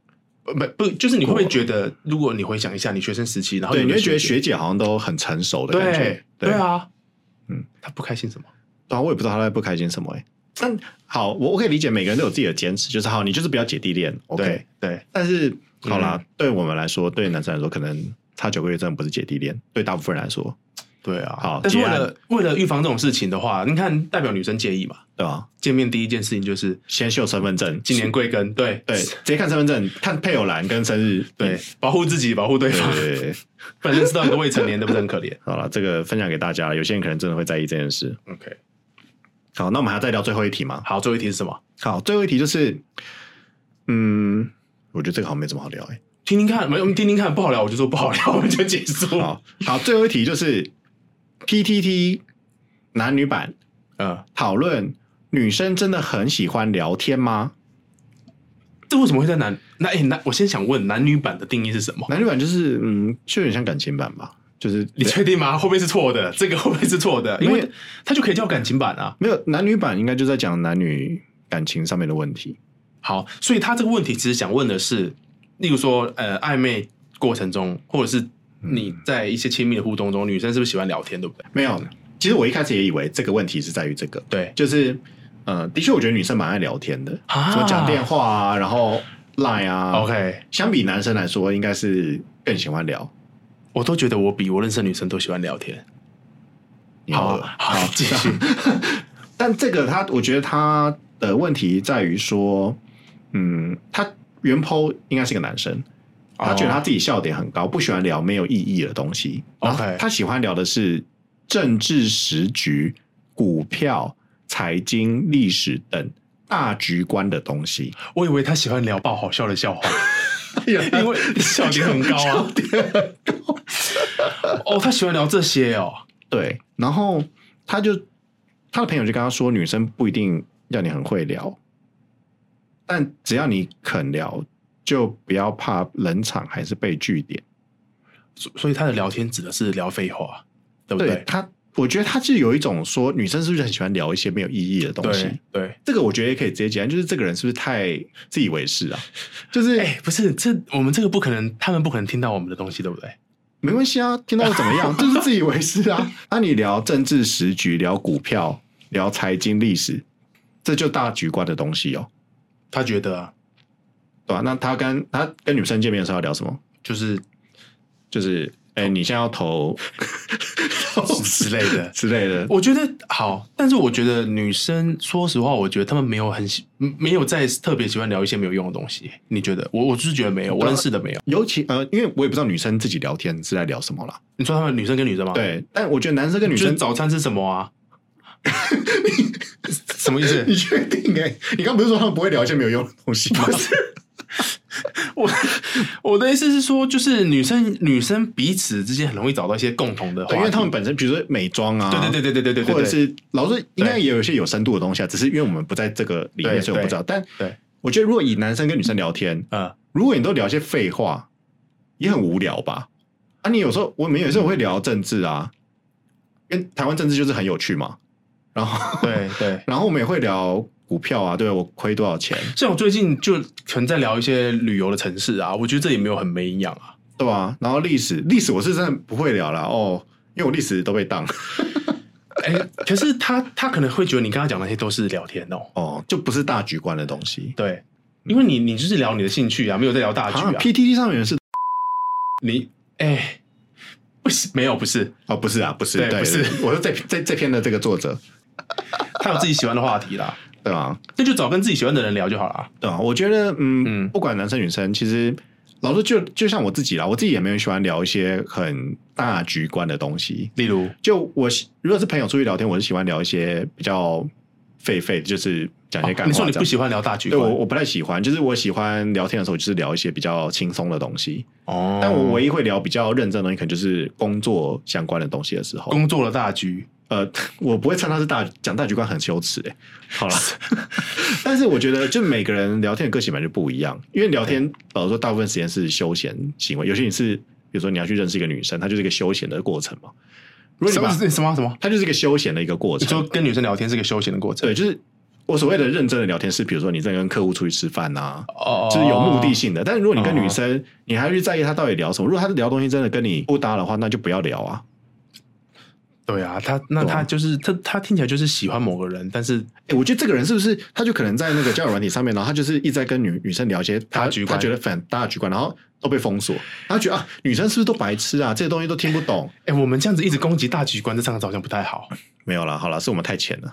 Speaker 2: 呃不不，就是你会不会觉得，如果你回想一下你学生时期，然后
Speaker 1: 对，
Speaker 2: 有
Speaker 1: 你
Speaker 2: 个
Speaker 1: 会觉得
Speaker 2: 学
Speaker 1: 学姐好像都很成熟的感
Speaker 2: 对
Speaker 1: 觉，
Speaker 2: 对啊，
Speaker 1: 嗯，
Speaker 2: 他不开心什么？
Speaker 1: 对啊，我也不知道他在不开心什么哎、欸。但好，我我可以理解每个人都有自己的坚持，就是好，你就是不要姐弟恋，OK。
Speaker 2: 对对，嗯
Speaker 1: 但是好啦，对我们来说，对男生来说，可能差九个月真的不是姐弟恋，对大部分人来说，
Speaker 2: 对啊，
Speaker 1: 好
Speaker 2: 但是为
Speaker 1: 结案
Speaker 2: 了为了预防这种事情的话，你看代表女生介意嘛？
Speaker 1: 对吧？
Speaker 2: 见面第一件事情就是
Speaker 1: 先秀身份证，
Speaker 2: 今年贵庚，对
Speaker 1: 对，直接看身份证，看配偶栏跟生日，
Speaker 2: 对，保护自己，保护对
Speaker 1: 对
Speaker 2: 方， [laughs]
Speaker 1: 对对对，
Speaker 2: 不然认识到一个未成年的，不是很可怜
Speaker 1: 好了，这个分享给大家，有些人可能真的会在意这件事。
Speaker 2: ？OK，
Speaker 1: 好，那我们还要再聊最后一题吗？
Speaker 2: 好，最后一题是什么？
Speaker 1: 好，最后一题就是，嗯，我觉得这个好像没什么好聊哎、
Speaker 2: 听听看，没有，我们听听看，不好聊我就说不好聊，我们就结束。
Speaker 1: 好好，最后一题就是 PTT 男女版
Speaker 2: 嗯，
Speaker 1: 讨论，女生真的很喜欢聊天吗？
Speaker 2: 这为什么会在男？那哎、男，我先想问，男女版的定义是什么？
Speaker 1: 男女版就是嗯，就有点像感情版吧，就是
Speaker 2: 你确定吗？会不会是错的？这个会不会是错的？因
Speaker 1: 没
Speaker 2: 为
Speaker 1: 有
Speaker 2: 它就可以叫感情版啊。
Speaker 1: 没有男女版应该就在讲男女感情上面的问题。
Speaker 2: 好，所以他这个问题其实想问的是，例如说，呃，暧昧过程中，或者是你在一些亲密的互动中，女生是不是喜欢聊天，对不对？
Speaker 1: 没有，其实我一开始也以为这个问题是在于这个，
Speaker 2: 对
Speaker 1: 就是呃，的确我觉得女生蛮爱聊天的，
Speaker 2: 啊哦
Speaker 1: 什么讲电话啊，然后 Line 啊
Speaker 2: ，OK，
Speaker 1: 相比男生来说，应该是更喜欢
Speaker 2: 啊
Speaker 1: 聊。
Speaker 2: [laughs] 我都觉得我比我认识的女生都喜欢聊天。
Speaker 1: 你要
Speaker 2: 好
Speaker 1: 了
Speaker 2: 啊，好，继续。
Speaker 1: 但这个他，我觉得他的问题在于说，嗯，他原 po 应该是个男生，
Speaker 2: 哦
Speaker 1: 他觉得他自己笑点很高，不喜欢聊没有意义的东西。然后
Speaker 2: OK
Speaker 1: 他喜欢聊的是政治时局、股票、财经、历史等大局观的东西。
Speaker 2: [laughs] 我以为他喜欢聊爆好笑的 [laughs] 笑话，因为 [laughs] 笑点很
Speaker 1: [laughs]
Speaker 2: 高啊。哦，他喜欢聊这些哦。
Speaker 1: 对，然后他就他的朋友就跟他说，女生不一定要你很会聊，但只要你肯聊，就不要怕冷场还是被拒点。
Speaker 2: 所所以他的聊天指的是聊废话，对不
Speaker 1: 对
Speaker 2: 对？
Speaker 1: 他，我觉得他是有一种说，女生是不是很喜欢聊一些没有意义的东西
Speaker 2: 对？对，
Speaker 1: 这个我觉得也可以直接讲，就是这个人是不是太自以为是
Speaker 2: [laughs]
Speaker 1: 啊？就是、
Speaker 2: 哎、不是，这我们这个不可能，他们不可能听到我们的东西，对不对？
Speaker 1: 没关系啊，听到又怎么
Speaker 2: [laughs]
Speaker 1: 样？就是自以为是啊。那、你聊政治时局、聊股票、聊财经历史，这就大局观的东西哦。
Speaker 2: 他觉得啊，
Speaker 1: 对吧、那他跟他跟女生见面的时候要聊什么？
Speaker 2: 就是
Speaker 1: 就是，哎、
Speaker 2: 哦
Speaker 1: 你现在要投
Speaker 2: [laughs] 之类的。
Speaker 1: 之类的。
Speaker 2: 哦我觉得好，但是我觉得女生，说实话，我觉得她们没有很喜，嗯没有在特别喜欢聊一些没有用的东西。你觉得？我我就是觉得没有，我认识的没有。
Speaker 1: 尤其呃，因为我也不知道女生自己聊天是在聊什么啦。
Speaker 2: 你说她们女生跟女生吗？，
Speaker 1: 对，但我觉得男生跟女
Speaker 2: 女生
Speaker 1: 生，
Speaker 2: 早餐吃什么啊？ [laughs] 什么意思？
Speaker 1: 你确定、欸？哎，你刚不是说他们不会聊一些没有用的东西吗？
Speaker 2: [laughs] 我我的意思是说，就是女生女生彼此之间很容易找到一些共同的话
Speaker 1: 对，
Speaker 2: 题，
Speaker 1: 因为他们本身，比如说美妆啊，
Speaker 2: 对对对对对对对对，
Speaker 1: 或者是老师应该也有一些有深度的东西啊，只是因为我们不在这个里面，
Speaker 2: 对
Speaker 1: 所以我不知道。但
Speaker 2: 对，
Speaker 1: 我觉得如果以男生跟女生聊天，
Speaker 2: 嗯，
Speaker 1: 如果你都聊一些废话，也很无聊吧？啊，你有时候我们有时候会聊政治啊，因为台湾政治就是很有趣嘛。然后， [laughs]
Speaker 2: 对对。
Speaker 1: 然后我们也会聊股票啊，对我亏多少钱，
Speaker 2: [laughs] 像我最近就可能在聊一些旅游的城市啊，我觉得这也没有很没营养啊。
Speaker 1: 对吧、然后历史，历史我是真的不会聊啦，哦，因为我历史都被当
Speaker 2: 哎、可是他他可能会觉得你刚刚讲那些都是聊天哦，
Speaker 1: 哦，就不是大局观的东西。
Speaker 2: 对，因为你你就是聊你的兴趣啊，没有在聊大局
Speaker 1: 嗯啊
Speaker 2: 啊。
Speaker 1: ，PTT 上面是
Speaker 2: 你哎、不是没有不是，
Speaker 1: 哦，不是啊，不是，
Speaker 2: 对
Speaker 1: 对，
Speaker 2: 不是，
Speaker 1: 我是这这这篇的这个作者，
Speaker 2: 他有自己喜欢的话题啦，
Speaker 1: 对吧？
Speaker 2: 那就找跟自己喜欢的人聊就好了啊。
Speaker 1: 对啊，我觉得，嗯，
Speaker 2: 嗯
Speaker 1: 不管男生女生，其实老实说就就像我自己啦，我自己也没有喜欢聊一些很大局观的东西。
Speaker 2: 例如，
Speaker 1: 就我喜如果是朋友出去聊天，我是喜欢聊一些比较狒狒，就是讲一些
Speaker 2: 哦
Speaker 1: 干话、
Speaker 2: 你说你
Speaker 1: 这
Speaker 2: 不
Speaker 1: 样
Speaker 2: 喜欢聊大局
Speaker 1: 对
Speaker 2: 观，
Speaker 1: 我我不太喜欢，就是我喜欢聊天的时候，就是聊一些比较轻松的东西。
Speaker 2: 哦，
Speaker 1: 但我唯一会聊比较认真的东西，可能就是工作相关的东西的时候。
Speaker 2: 工作的大局，
Speaker 1: 呃，我不会称他是大讲大局观很羞耻、欸，好了， [laughs] 但是我觉得就每个人聊天的个性本来就不一样，因为聊天，老实说，大部分时间是休闲行为，有些你是比如说你要去认识一个女生，她就是一个休闲的过程嘛。如果你
Speaker 2: 什么
Speaker 1: 把
Speaker 2: 什么什么？
Speaker 1: 它就是一个休闲的一个过
Speaker 2: 你说
Speaker 1: 程，
Speaker 2: 跟女生聊天是个休闲的过程，
Speaker 1: 对，就是我所谓的认真的聊天是，比如说你在跟客户出去吃饭呐、
Speaker 2: 哦
Speaker 1: 就是有目的。性的。但是如果你跟
Speaker 2: 哦
Speaker 1: 女生，你还去在意她到底聊什么，如果她聊东西真的跟你不搭的话，那就不要聊啊。
Speaker 2: 对啊，他那
Speaker 1: 对啊
Speaker 2: 他就是他他听起来就是喜欢某个人，但是
Speaker 1: 欸我觉得这个人是不是他就可能在那个交友软体上面，然后他就是一直在跟女女生聊一些
Speaker 2: 大
Speaker 1: 他
Speaker 2: 局观
Speaker 1: 他觉得反大局观，然后都被封锁，他觉得啊女生是不是都白痴啊，这些东西都听不懂。
Speaker 2: 哎、我们这样子一直攻击大局观，这三个字好像不太好。
Speaker 1: [laughs] 没有啦，好啦，是我们太浅了，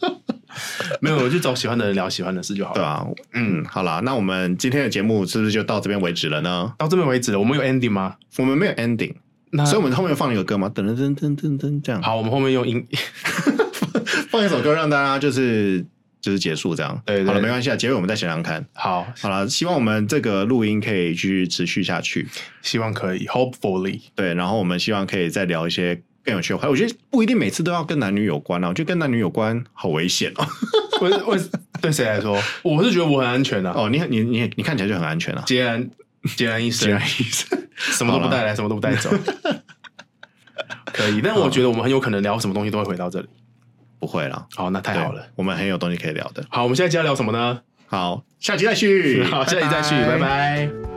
Speaker 2: [laughs] 没有，我就找喜欢的人聊喜欢的事就好
Speaker 1: 对
Speaker 2: 了。
Speaker 1: 吧、嗯，好啦，那我们今天的节目是不是就到这边为止了呢？
Speaker 2: 到这边为止了，我们有 ending 吗？
Speaker 1: 我们没有 ending，
Speaker 2: 那
Speaker 1: 所以我们后面放一个歌嘛，噔噔噔噔噔噔，这样
Speaker 2: 呃好，我们后面用音，
Speaker 1: 放一首歌让大家就是就是结束这样。
Speaker 2: 对对
Speaker 1: 好了，没关系啊，结尾我们再想想看。
Speaker 2: 好，
Speaker 1: 好了，希望我们这个录音可以继续持续下去。
Speaker 2: 希望可以，hopefully，
Speaker 1: 对，然后我们希望可以再聊一些更有趣的话题。我觉得不一定每次都要跟男女有关啊，我觉得跟男女有关好危险哦。 [laughs]
Speaker 2: 我我对谁来说，我是觉得我很安全啊，
Speaker 1: 哦，你你你你看起来就很安全啊，
Speaker 2: 孑然孑然一
Speaker 1: 既
Speaker 2: 身
Speaker 1: 然，意思。
Speaker 2: [laughs] 什么都不带来，什么都不带走，可以。但我觉得我们很有可能聊什么东西都会回到这里。
Speaker 1: 不会啦，
Speaker 2: 好，那太
Speaker 1: 对
Speaker 2: 好了。，
Speaker 1: 我们很有东西可以聊的。
Speaker 2: [laughs] 好，我们现在接下来聊什么呢？
Speaker 1: 好，下集再续，
Speaker 2: 好，下集再续，拜拜